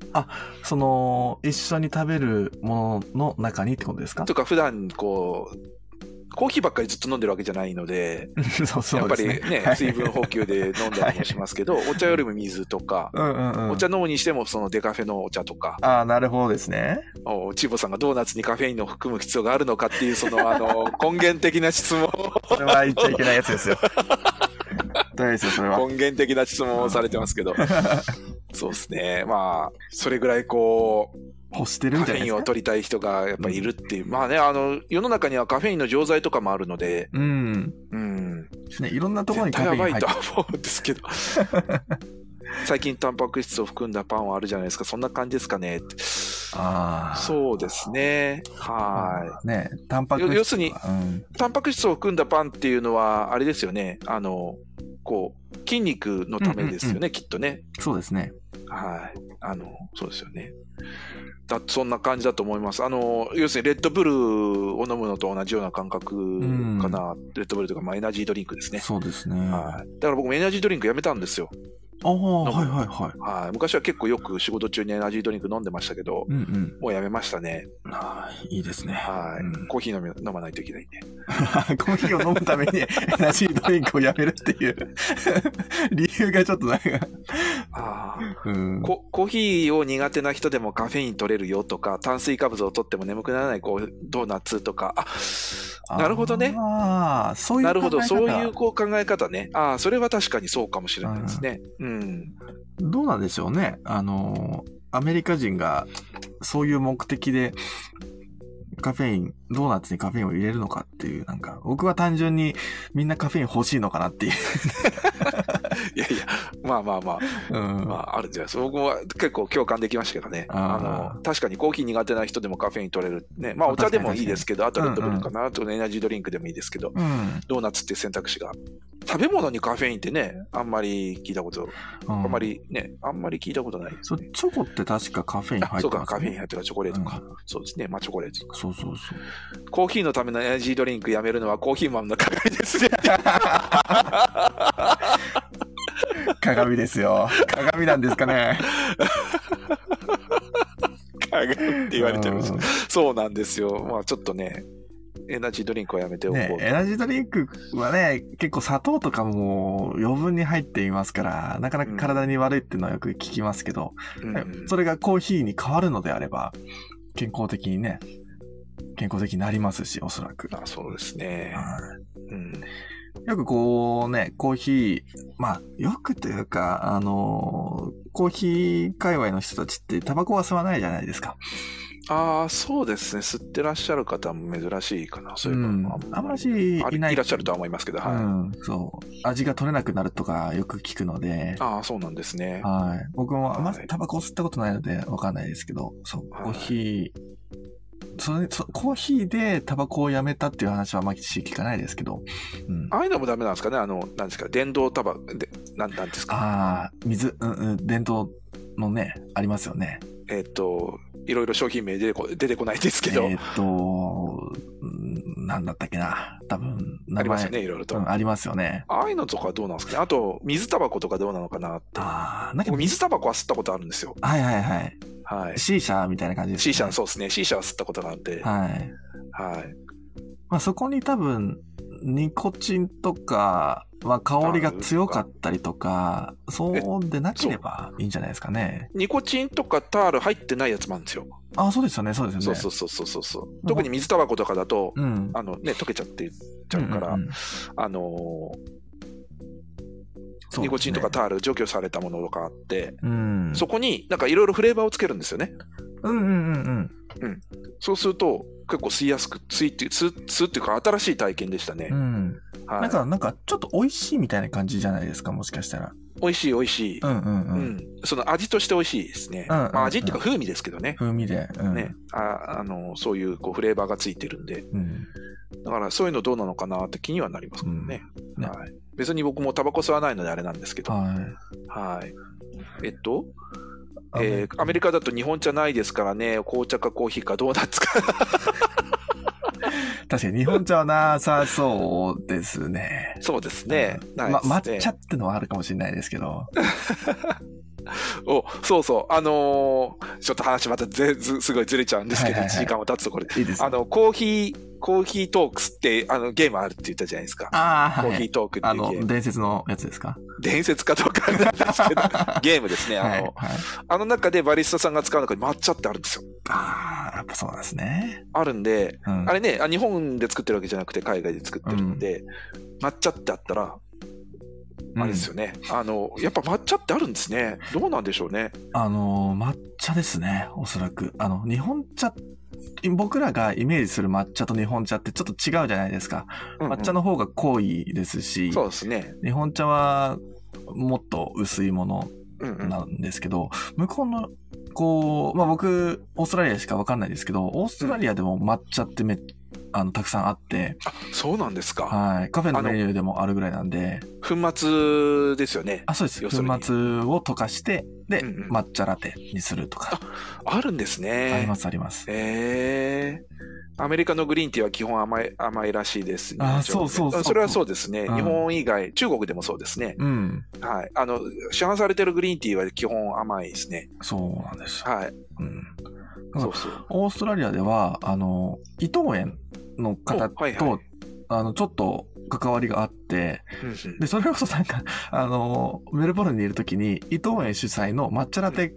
A: その、一緒に食べるものの中にってことですか
B: とか普段こうコーヒーばっかりずっと飲んでるわけじゃないので。
A: <laughs> そうそ
B: やっ
A: う
B: ぱ
A: で
B: り
A: すね。
B: ね
A: はい
B: 水分補給で飲んだりもしま
A: <laughs>
B: すけど、お茶よりも水とか、
A: うんうんうん。
B: お茶飲むにしてもそのデカフェのお茶とか、
A: ああ、なるほどですね。
B: おチボさんがドーナツにカフェインを含む必要があるのかっていう、
A: <laughs>
B: そのあの根源的な質問を、
A: それ <laughs> は言っちゃいけないやつ
B: <laughs>
A: ですよ。大丈夫ですよ、それは。
B: 根源的な質問をされてま
A: <laughs>
B: すけど、そうですね、まあ、それぐらいこう、
A: 欲してる
B: カ
A: み
B: フ
A: たい
B: ェイ
A: で
B: ン
A: す
B: を
A: か。
B: 取りたい人がやっぱいるっていう、まあね、あの世の中にはカフェインの錠剤とかもあるので、
A: うん。
B: うん、
A: ね、いろんなところに
B: 絶
A: カ
B: 対
A: フェイ
B: や
A: ン
B: ば
A: 入
B: い
A: って
B: とは思うんですけど
A: <laughs>
B: 最近タンパク質を含んだパンはあるじゃないですかそんな感じですかねって
A: ああ。
B: そうですねは
A: う。ね、タンパク質とか。
B: 要するに
A: うん。
B: いタンパク質を含んだパンっていうのはあれですよねあのこう筋肉のためですよね、
A: うんう
B: きっとね
A: そうですね。
B: はいあのそうですよねだそんな感じだと思いますあの要するにレッドブルを飲むのと同じような感覚かな、レッドブルとか、まあ、エナジードリンクですね
A: そうですね。
B: は
A: あ
B: い、だから僕もエナジードリンクやめたんですよ
A: あ、はいはいはい。
B: はい、昔は結構よく仕事中にエナジードリンク飲んでましたけど、
A: うんうん。
B: もうやめましたね。
A: あーいいですね。
B: はい。
A: うん
B: コーヒー飲み飲まないといけないんで。
A: <laughs> コーヒーを飲むためにエナジードリンクをやめるっていう理由がちょっとなんか、
B: ああ。
A: うん、
B: ココーヒーを苦手な人でもカフェイン取れるよとか、炭水化物を取っても眠くならないこうドーナツとか、あなるほどね。
A: ああ、そういう
B: なるほど、
A: 考え方
B: そういうこう考え方ね。ああ、それは確かにそうかもしれないですね。うん。
A: どうなんでしょうね。あのー、アメリカ人がそういう目的でカフェイン、ドーナツにカフェインを入れる
B: <laughs>
A: のかっていう、なんか、僕は単純にみんなカフェイン欲しいのかなっていう。
B: いやいや、まあまあまあ、
A: うん。
B: まああるんじゃないですか。僕は結構共感できましたけどね。
A: あー
B: あの確かにコーヒー苦手な人でもカフェイン取れる。ね、まあ
A: まあ
B: お茶で
A: 確か
B: も
A: に
B: いいですけど、あとレッドブル
A: うんう
B: かな、あとエナジードリンクでもいいですけど、
A: うん。
B: ドーナツって選択肢が。食べ物にカフェインってね、あんまり聞いたこと、
A: あ
B: あんま。りね、あんまり聞いたことないです
A: そう
B: ね。
A: チョコって確かカフェイン
B: あ
A: 入
B: そ
A: っ
B: う
A: て
B: か、
A: ます
B: カフェイン入
A: っ
B: ってるからチョコレートか。そうですね、まあチョコレートとか。
A: そうそうそう。
B: コーヒーのためのエナジードリンクやめるのはコーヒーマンの考えですね。
A: 鏡ですよ。鏡なんですかね。
B: って言われてるんです
A: うん
B: そうなんですよ。まあちょっとね、エナジードリンクはやめておこう。
A: ね、エナジードリンクはね、結構砂糖とかも余分に入っていますから、なかなか体に悪いっていうのはよく聞きますけど、
B: うん
A: それがコーヒーに変わるのであれば、健康的にね、健康的になりますし、おそらく。
B: あそうですね。
A: は
B: うん。
A: いよくこうね、コーヒー、まあ、よくというか、あのー、コーヒー界隈の人たちってタバコは吸わないじゃないですか。
B: ああ、そうですね。吸ってらっしゃる方も珍しいかな。そういう
A: うん
B: の、
A: あんまし
B: あ
A: いない
B: いらっしゃるとは思いますけど、はい。
A: うん、そう。味が取れなくなるとかよく聞くので、
B: ああ、そうなんですね。
A: はい。僕も、まず
B: はい
A: タバコ吸ったことないので、わかんないですけど、そう、
B: はい
A: コーヒー、それそコーヒーでタバコをやめたっていう話はあんまり聞かないですけど、うん。
B: ああいうのもダメなんですかね。あの、なんですか、電動タバコ、でなんなんですか。
A: ああ、水、うんうん、伝統のね、ありますよね。
B: えっ、と、いろいろ商品名出てこ出てこないですけど、
A: えーっと、うんなんだったっけな。多分、名前
B: ありますよね、いろいろと。
A: うんありますよね。
B: ああいうのとかどうなんですかね。あと、水タバコとかどうなのかなって。
A: ああ、なんか
B: 僕、、水タバコは吸ったことあるんですよ。
A: はいはいはい。
B: はい。
A: シーシャみたいな感じです、
B: シーシャ、そうですね。シーシャは吸ったことがあって。は
A: はい。
B: い。
A: まあ、そこに多分ニコチンとか、まあ、香りが強かったりとかそうでなければいいんじゃないですかね
B: ニコチンとかタール入ってないやつもあるんですよ。
A: あそうですよねそうですよね
B: そうそうそうそうそう。特に水タバコとかだと、
A: うん
B: あのね、溶けちゃってっちゃうから、
A: うんうんうん
B: あのー
A: そうですね
B: ニコチンとかタール除去されたものとかあって、
A: うん
B: そこになんかいろいろフレーバーをつけるんですよね。
A: うんうんうんうん
B: そうすると、結構吸いやすく、吸いって、吸吸うっていうか新しい体験でしたね
A: う。ん
B: はい。
A: なんかなんかちょっと美味しいみたいな感じじゃないですかもしかしたら
B: 美味しい美味しい。
A: うんうんう、
B: うんん、その味として美味しいですね。
A: うんうんうん
B: まあ、味っていうか風味ですけどね。
A: 風味で、うん
B: ね、ああのそういうこうフレーバーがついてるんで、
A: うん、
B: だからそういうのどうなのかなって気にはなりますけどね。
A: うんね
B: はい、別に僕もタバコ吸わないのであれなんですけど、は。
A: はい
B: えっと、
A: い
B: えーアメリカだと日本茶ないですからね、紅茶かコーヒーかドーナツか。
A: 確かに日本茶はなさそうですね
B: そうですね。ない
A: ま、
B: ですね
A: 抹茶ってのはあるかもしれないですけど
B: お、そうそう。あのーちょっと話またぜずすごいずれちゃうんですけど、
A: はいはいはい
B: 1時間も経つところで。
A: いいです
B: あの、コーヒー、コーヒートークスって、あの、ゲームあるって言ったじゃないですか。
A: ああ、
B: コ
A: は
B: ーヒ
A: い
B: ー。トークってい
A: あ
B: うゲー
A: の
B: ム、。
A: 伝説のやつですか
B: 伝説かどうかあれなんです
A: <laughs>
B: けど、ゲームですね。あの、
A: はい。はい
B: あの中でバリスタさんが使う中に抹茶ってあるんですよ。
A: ああ、やっぱそうなんですね。
B: あるんで、
A: うん、
B: あれね、あ日本で作ってるわけじゃなくて海外で作ってるんで、抹茶ってあったら、あれです
A: よ。
B: よね。あの、やっぱ抹茶ってあるんですね。どうなんでしょうね。
A: あのー、抹茶ですね、おそらく。あの、日本茶、僕らがイメージする抹茶と日本茶ってちょっと違うじゃないですか。
B: うんうん
A: 抹茶の方が濃いですし、
B: そうですね。
A: 日本茶はもっと薄いもの
B: うんうん。
A: なんですけど、向こうの、こう、まあ僕、オーストラリアしかわかんないですけど、オーストラリアでも抹茶ってめっあの、たくさんあって、
B: あ、そうなんですか。
A: はい。カフェの
B: あの
A: メニューでもあるぐらいなんで、
B: 粉末ですよね。
A: あ、そうです。
B: 要
A: 粉
B: する
A: 末
B: に
A: を溶かして、で、
B: うんうん
A: 抹茶ラテにするとか、
B: あるんですね。
A: ありますあります。
B: えーアメリカのグリーンティーは基本甘い、甘いらしいです、ね。
A: あーそうそうそう
B: それはそうですね。
A: うん
B: 日本以外、中国でもそうですね。
A: うん。
B: はい。あの、市販されてるグリーンティーは基本甘いですね。
A: そうなんですよ。
B: はい。
A: うん。うん
B: そうそう。
A: オーストラリアでは、あの、伊藤園の方
B: おはい
A: と、
B: はい
A: あの、ちょっと関わりがあって、
B: うんうん
A: で、それこそなんか、 <laughs> あの、メルボルンにいる時に、伊藤園主催の抹茶ラテ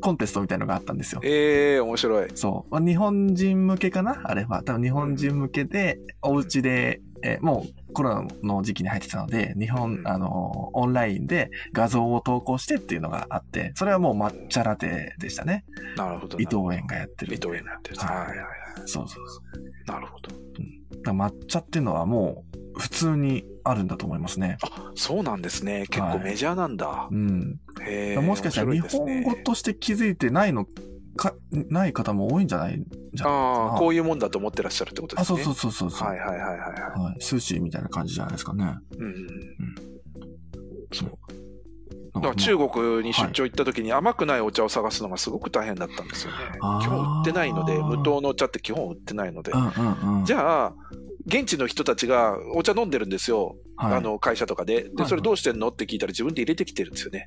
A: コンテストみたいのがあったんですよ。
B: ええ面白い。
A: そう。まあ、日本人向けかなあれは。多分日本人向けで、お家で、えーもうコロナの時期に入ってたので、日
B: う
A: 本、
B: ん
A: あのー、オンラインで画像を投稿してっていうのがあって、それはもう抹茶ラテでしたね。
B: なるほど。
A: 伊藤園がやってる。
B: 伊藤園なんて。
A: はい
B: はいはいは
A: そうそうそ
B: い。なるほど。
A: う。だから抹茶っていうのはもう、普通にあるんだと思いますね。
B: そうなんですね。結構メジャーなんだ。
A: うん。
B: へえ
A: もしかしたら日本語として気づいてないのか、ない方も多いんじゃないんじゃないか
B: あ
A: な。
B: あ、こういうもんだと思ってらっしゃるってことで
A: あ、
B: す
A: そ
B: ね。
A: うそうそうそうそう。
B: はいはいはいはいは
A: はい。寿司みたいな感じじゃないですかね。
B: い。うんうんうん。
A: そう。
B: だから中国に出張行った時に甘くないお茶を探すのがすごく大変だったんですよね。
A: あー
B: 基本売ってないので、無糖のお茶って基本売ってないので。
A: うんうんうん。
B: じ
A: ゃ
B: ゃあ、現地の人たちがお茶飲んでるんですよ。
A: あ、はい、
B: あの会社とかで。
A: は
B: で、
A: い
B: それどうしてんのって聞いたら自分で入れてきてるんですよね。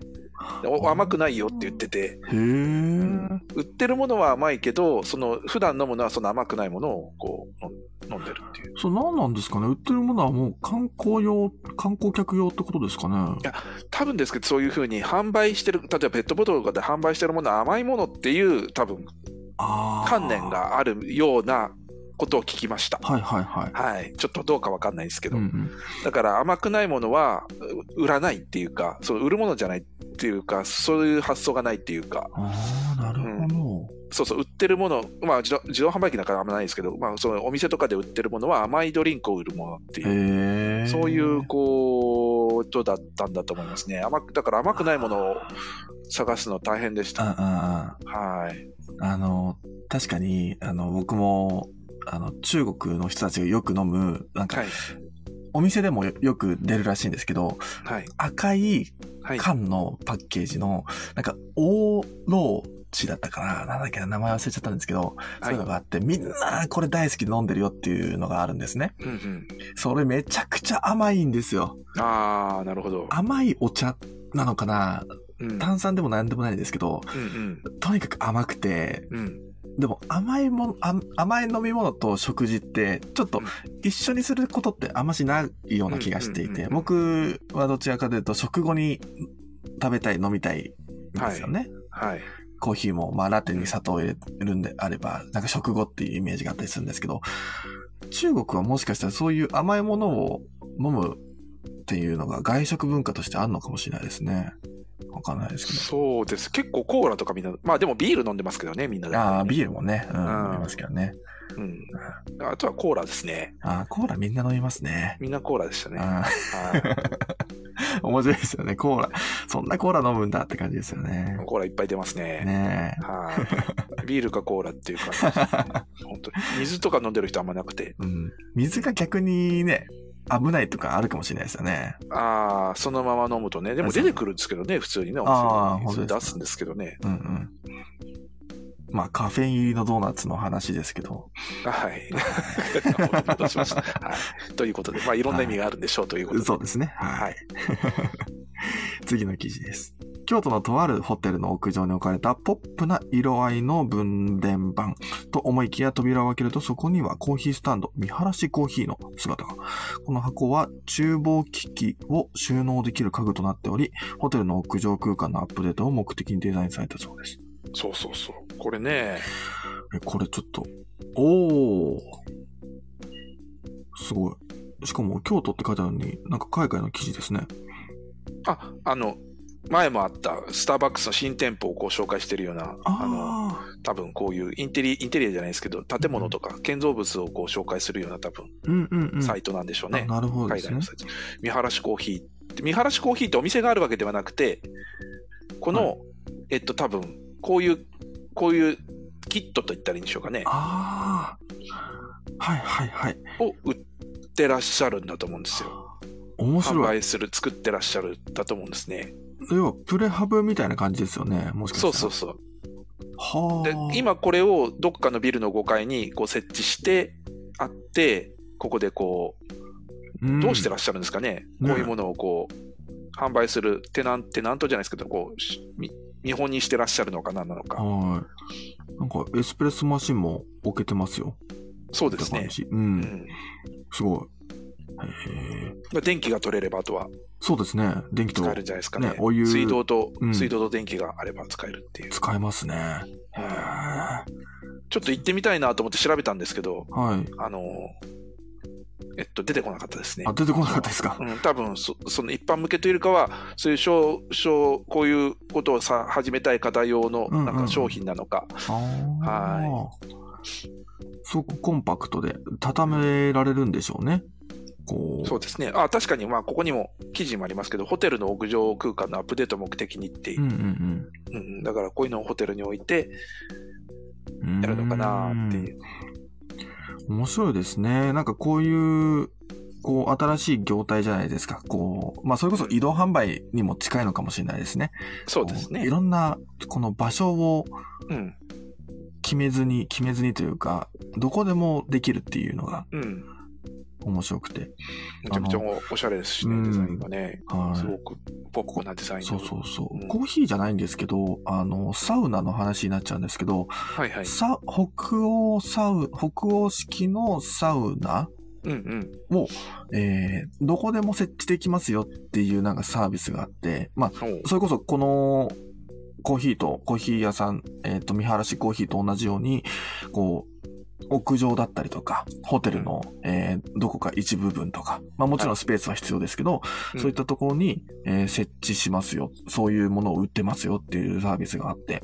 B: でお甘くないよって言ってて、
A: へー
B: 売ってるものは甘いけど、その普段飲むのはその甘くないものをこう飲ん飲んでるっていう。
A: そう、何なんですかね売ってるものはもう観光用、観光客用ってことですかね
B: や多分ですけど、そういうふうに販売してる、例えばペットボトルとかで販売してるものは甘いものっていう、多分
A: あー
B: 観念。があるようなことを聞きました。
A: はいはいはい。
B: はい、ちょっとどうかわかんないですけど、
A: うんうん、
B: だから甘くないものはう売らないっていうか、そう売るものじゃないっていうか、そういう発想がないっていうか、
A: ああ、なるほど。
B: そうそう、売ってるもの、まあ自動自動販売機なんかあんまないですけど、まあ、そのお店とかで売ってるものは甘いドリンクを売るものっていう。
A: へえ。
B: そういうことだったんだと思いますね。甘く、だから甘くないものを探すの大変でし
A: うんうんう
B: た。
A: ん。あ
B: はい。
A: の、確かに、あの、僕も、あの、中国の人たちがよく飲む、なんか、
B: はい。
A: お店でもよよく出るらしいんですけど、
B: はい。
A: 赤い
B: はい。
A: 缶のパッケージの、なんか、オーローチだったかななんだっけな名前忘れちゃったんですけど、そういうのがあって、みんなこれ大好きで飲んでるよっていうのがあるんですね。
B: うんうん。
A: それめちゃくちゃ甘いんですよ。
B: ああ、なるほど。
A: 甘いお茶なのかな
B: うん。うん
A: 炭酸でもなんでもないですけど、
B: うん。
A: とにかく甘くて、
B: うん。
A: でも甘いもの、あ甘い飲み物と食事って、ちょっと
B: うん
A: 一緒にすることってあんましないような気がしていて、
B: うん
A: 僕はどちらかというと食後に食べたい、飲みたいんですよね。
B: はい。
A: コーヒーも、まあラテに砂糖を入れるんであれば、なんか食後っていうイメージがあったりするんですけど、中国はもしかしたらそういう甘いものを飲むっていうのが外食文化としてあるのかもしれないですね。わかんないですけど。
B: そうです。結構コーラとかみんな、まあでもビール飲んでますけどね、みんなで。
A: ああ、ビールもね、うん、
B: う
A: 飲
B: ん
A: みますけどね。
B: うん。あとはコーラですね。
A: ああ、コーラみんな飲みますね。
B: みんなコーラでしたね。は
A: ああ
B: い。
A: <laughs> 面白いですよね。コーラ。そんなコーラ飲むんだって感じですよね。
B: コーラいっぱい出ますね。
A: ね
B: はい。ビールかコーラっていう感じですね。本当に。水とか飲んでる人あんまなくて。
A: え。うん。水が逆にね、危ないとかあるかもしれないですよね。
B: ああ、そのまま飲むとね。でも出てくるんですけどね、普通にね。
A: あー
B: お店
A: 本当
B: に
A: ですか
B: 出すんですけどね。
A: うんうん。まあ、カフェイン入りのドーナツの話ですけど。
B: はい。 <laughs> 戻しました。はい。ということで、まあいろんな意味があるんでしょうということで。
A: そうですね。
B: は
A: はいい。次の記事です。京都のとあるホテルの屋上に置かれたポップな色合いの分電盤と思いきや扉を開けるとそこにはコーヒースタンド、見晴らしコーヒーの姿が。この箱は厨房機器を収納できる家具となっており、ホテルの屋上空間のアップデートを目的にデザインされたそうです。
B: そうそうそう。これね、
A: え、これちょっと、おー。すごい。しかも京都って書いてあるのに、なんか海外の記事ですね。
B: あ、あの、前もあったスターバックスの新店舗をご紹介してるような、あの、
A: あー。
B: 多分こういうインテリ、インテリアじゃないですけど、建物とか建造物をこう紹介するような多分
A: うんうんうん。
B: サイトなんでしょうね。
A: あなるほどで
B: 海
A: す
B: 外
A: ね
B: の。サイト。見晴らしコーヒーって。見晴らしコーヒーってお店があるわけではなくて、この、
A: は
B: えっと多分、こういう、こういうキットと言ったらいいんでしょうかね。
A: ああ。はいはいはい。
B: を売ってらっしゃるんだと思うんですよ。
A: 面
B: 販
A: 白い。
B: 売する、作ってらっしゃるんだと思うんですね。
A: 要はプレハブみたいな感じですよね。もしかした
B: そう
A: ら。
B: そ
A: う
B: うそう。
A: は
B: で
A: あ。。
B: 今これをどっかのビルの5階にこう設置してあってここでこうどうして
A: ら
B: らっしゃるんですかね、
A: ね
B: こういうものをこう販売するテナンテナントじゃないですけどこうしみ見本にしてらっしゃるのか何なのか、
A: はい。なんかエスプレッソマシンも置けてますよ。
B: そうですね
A: 見た感、じう。
B: うんん、
A: すごい。へえ。
B: まあ電気が取れればあとは
A: そうですね。電気と
B: 使えるんじゃないですかね
A: ねお湯
B: 水道と、
A: うん
B: 水道と電気があれば使えるっていう
A: 使えますね。へえ。
B: ちょっと行ってみたいなと思って調べたんですけど
A: はい。
B: あのえっと出てこなかったですね
A: あ、出てこなかったです
B: <laughs>
A: か。
B: うん、多分そその一般向けというよりかは、そういう商商こういうことをさ始めたい方用の
A: うんうん
B: なんか商品なのか、
A: ああ。。
B: はい
A: すごくコンパクトで、畳められるんでしょうね。こう。
B: そうですね。あ、確かに、まあ、ここにも記事にもありますけど、ホテルの屋上空間のアップデートを目的にって、う
A: うんんうん
B: うんだからこういうのをホテルに置いて
A: うん。
B: やるのかなっていう。
A: うん。面白いですね。なんかこういう、こう、新しい業態じゃないですか。こう、まあ、それこそ移動販売にも近いのかもしれないですね。
B: そうです
A: こい。
B: ね
A: ろんな、この場所を
B: うん。
A: 決めずに、決めずにというか、どこでもできるっていうのが
B: うん。
A: 面白くて。
B: めちゃくちゃおおしゃれですし
A: う
B: ね、
A: ん
B: デザインがね。
A: はい。
B: すごくポップなデザイン
A: そ
B: の
A: うそうそう、
B: うん
A: コーヒーじゃないんですけど、あの、サウナの話になっちゃうんですけど、
B: はいはい。
A: さ北欧サウ、北欧式のサウナ、
B: うんうん。
A: えーどこでも設置できますよっていうなんかサービスがあって、まあ、
B: おう
A: それこそこの、コーヒーと、コーヒー屋さん、えっ、と、見晴らしコーヒーと同じように、こう、屋上だったりとか、ホテルの、えーどこか一部分とか、まあもちろんスペースは必要ですけど、
B: うん
A: そういったところに、えー設置しますよ。そういうものを売ってますよっていうサービスがあって、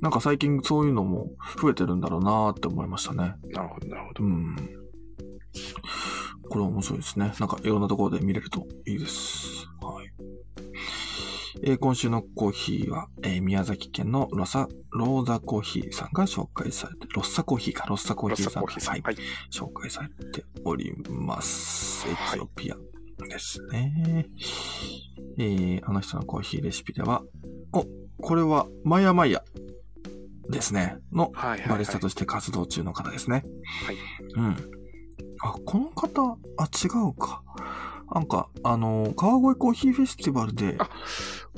A: なんか最近そういうのも増えてるんだろうなーって思いましたね。
B: なるほど、なるほど
A: う。ん。これは面白いですね。なんかいろんなところで見れるといいです。はい。えー今週のコーヒーは、えー宮崎県のロサ、ローザコーヒーさんが紹介されて、ロッサコーヒーか、ロッサコー
B: ロ
A: ヒ
B: ッ
A: ー
B: サ
A: さん
B: コ
A: が、
B: ーヒーさ
A: は
B: ん。
A: い、
B: はい。
A: 紹介されております。エ
B: はい
A: チオピアですね。えー、あの人のコーヒーレシピでは、お、これは、マヤマヤですね。の
B: はいはいはい。
A: バリスタとして活動中の方ですね。
B: はい。
A: うん。あ、この方、あ、違うか。なんか、あの、川越コーヒーフェスティバルで、
B: あ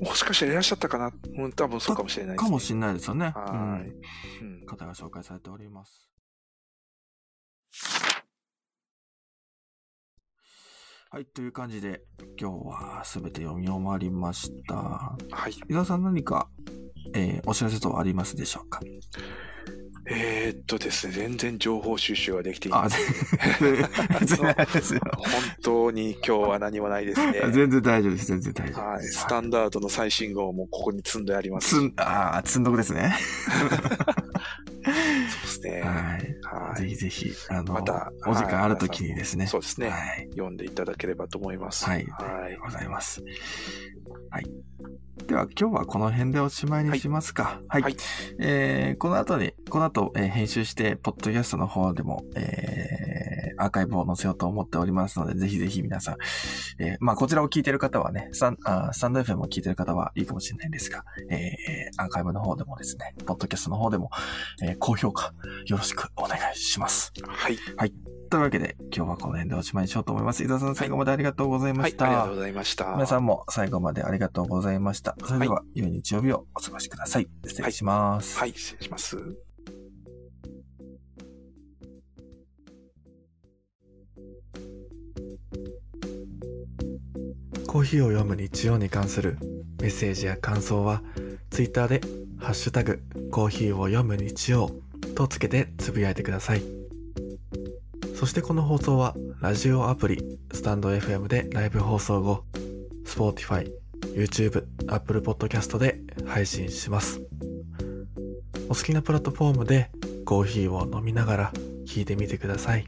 B: もしかしていらっしゃったかなうん多分そうかもしれないです、
A: か
B: ね。
A: もしれないですよね。
B: は
A: う
B: ーい
A: ん。
B: うん
A: 方が紹介されております。はい、という感じで、今日はすべて読み終わりました。
B: はい。
A: 伊沢さん何か、えーお知らせ等ありますでしょうか
B: えー、っとですね、全然情報収集はできていない。
A: あ、
B: <laughs>
A: 全然大丈夫ですよ。
B: 本当に今日は何もないですね。
A: <laughs> 全然大丈夫です、全然大丈夫
B: は
A: で
B: い。
A: す。
B: スタンダードの最新号もここに積んであります。
A: つん、ああ、積んどくですね。
B: ですね。は
A: はい。
B: い。
A: ぜひぜひ、あの、
B: また
A: お時間あるときにですね。
B: そうですね、
A: はい。
B: 読んでいただければと思います。
A: はい
B: はい。
A: ございます。はい。では、今日はこの辺でおしまいにしますか。はい。
B: はい
A: えーこの後に、この後、えー編集して、ポッドキャストの方でも、えーアーカイブを載せようと思っておりますので、ぜひぜひ皆さん、えーまあ、こちらを聞いてる方はね、スタン、あースタンド FM を聞いてる方はいいかもしれないんですが、えーアーカイブの方でもですね、ポッドキャストの方でも、えー高評価、よろしくお願いします。
B: はい。
A: というわけで、今日はこの辺でおしまいにしようと思います。伊沢さん、最後までありがとうございま
B: は
A: し
B: い。
A: た。
B: ありがとうございました。
A: 皆さんも最後までありがとうございました。それでは、良い日曜日をお過ごしください。失礼します。
B: はい。失礼します。
A: コーヒーを読む日曜に関するメッセージや感想は、ツイッターで、ハッシュタグ、コーヒーを読む日曜とつけてつぶやいてください。そしてこの放送は、ラジオアプリ、スタンド FM でライブ放送後、Spotify、YouTube、Apple Podcast で配信します。お好きなプラットフォームでコーヒーを飲みながら聞いてみてください。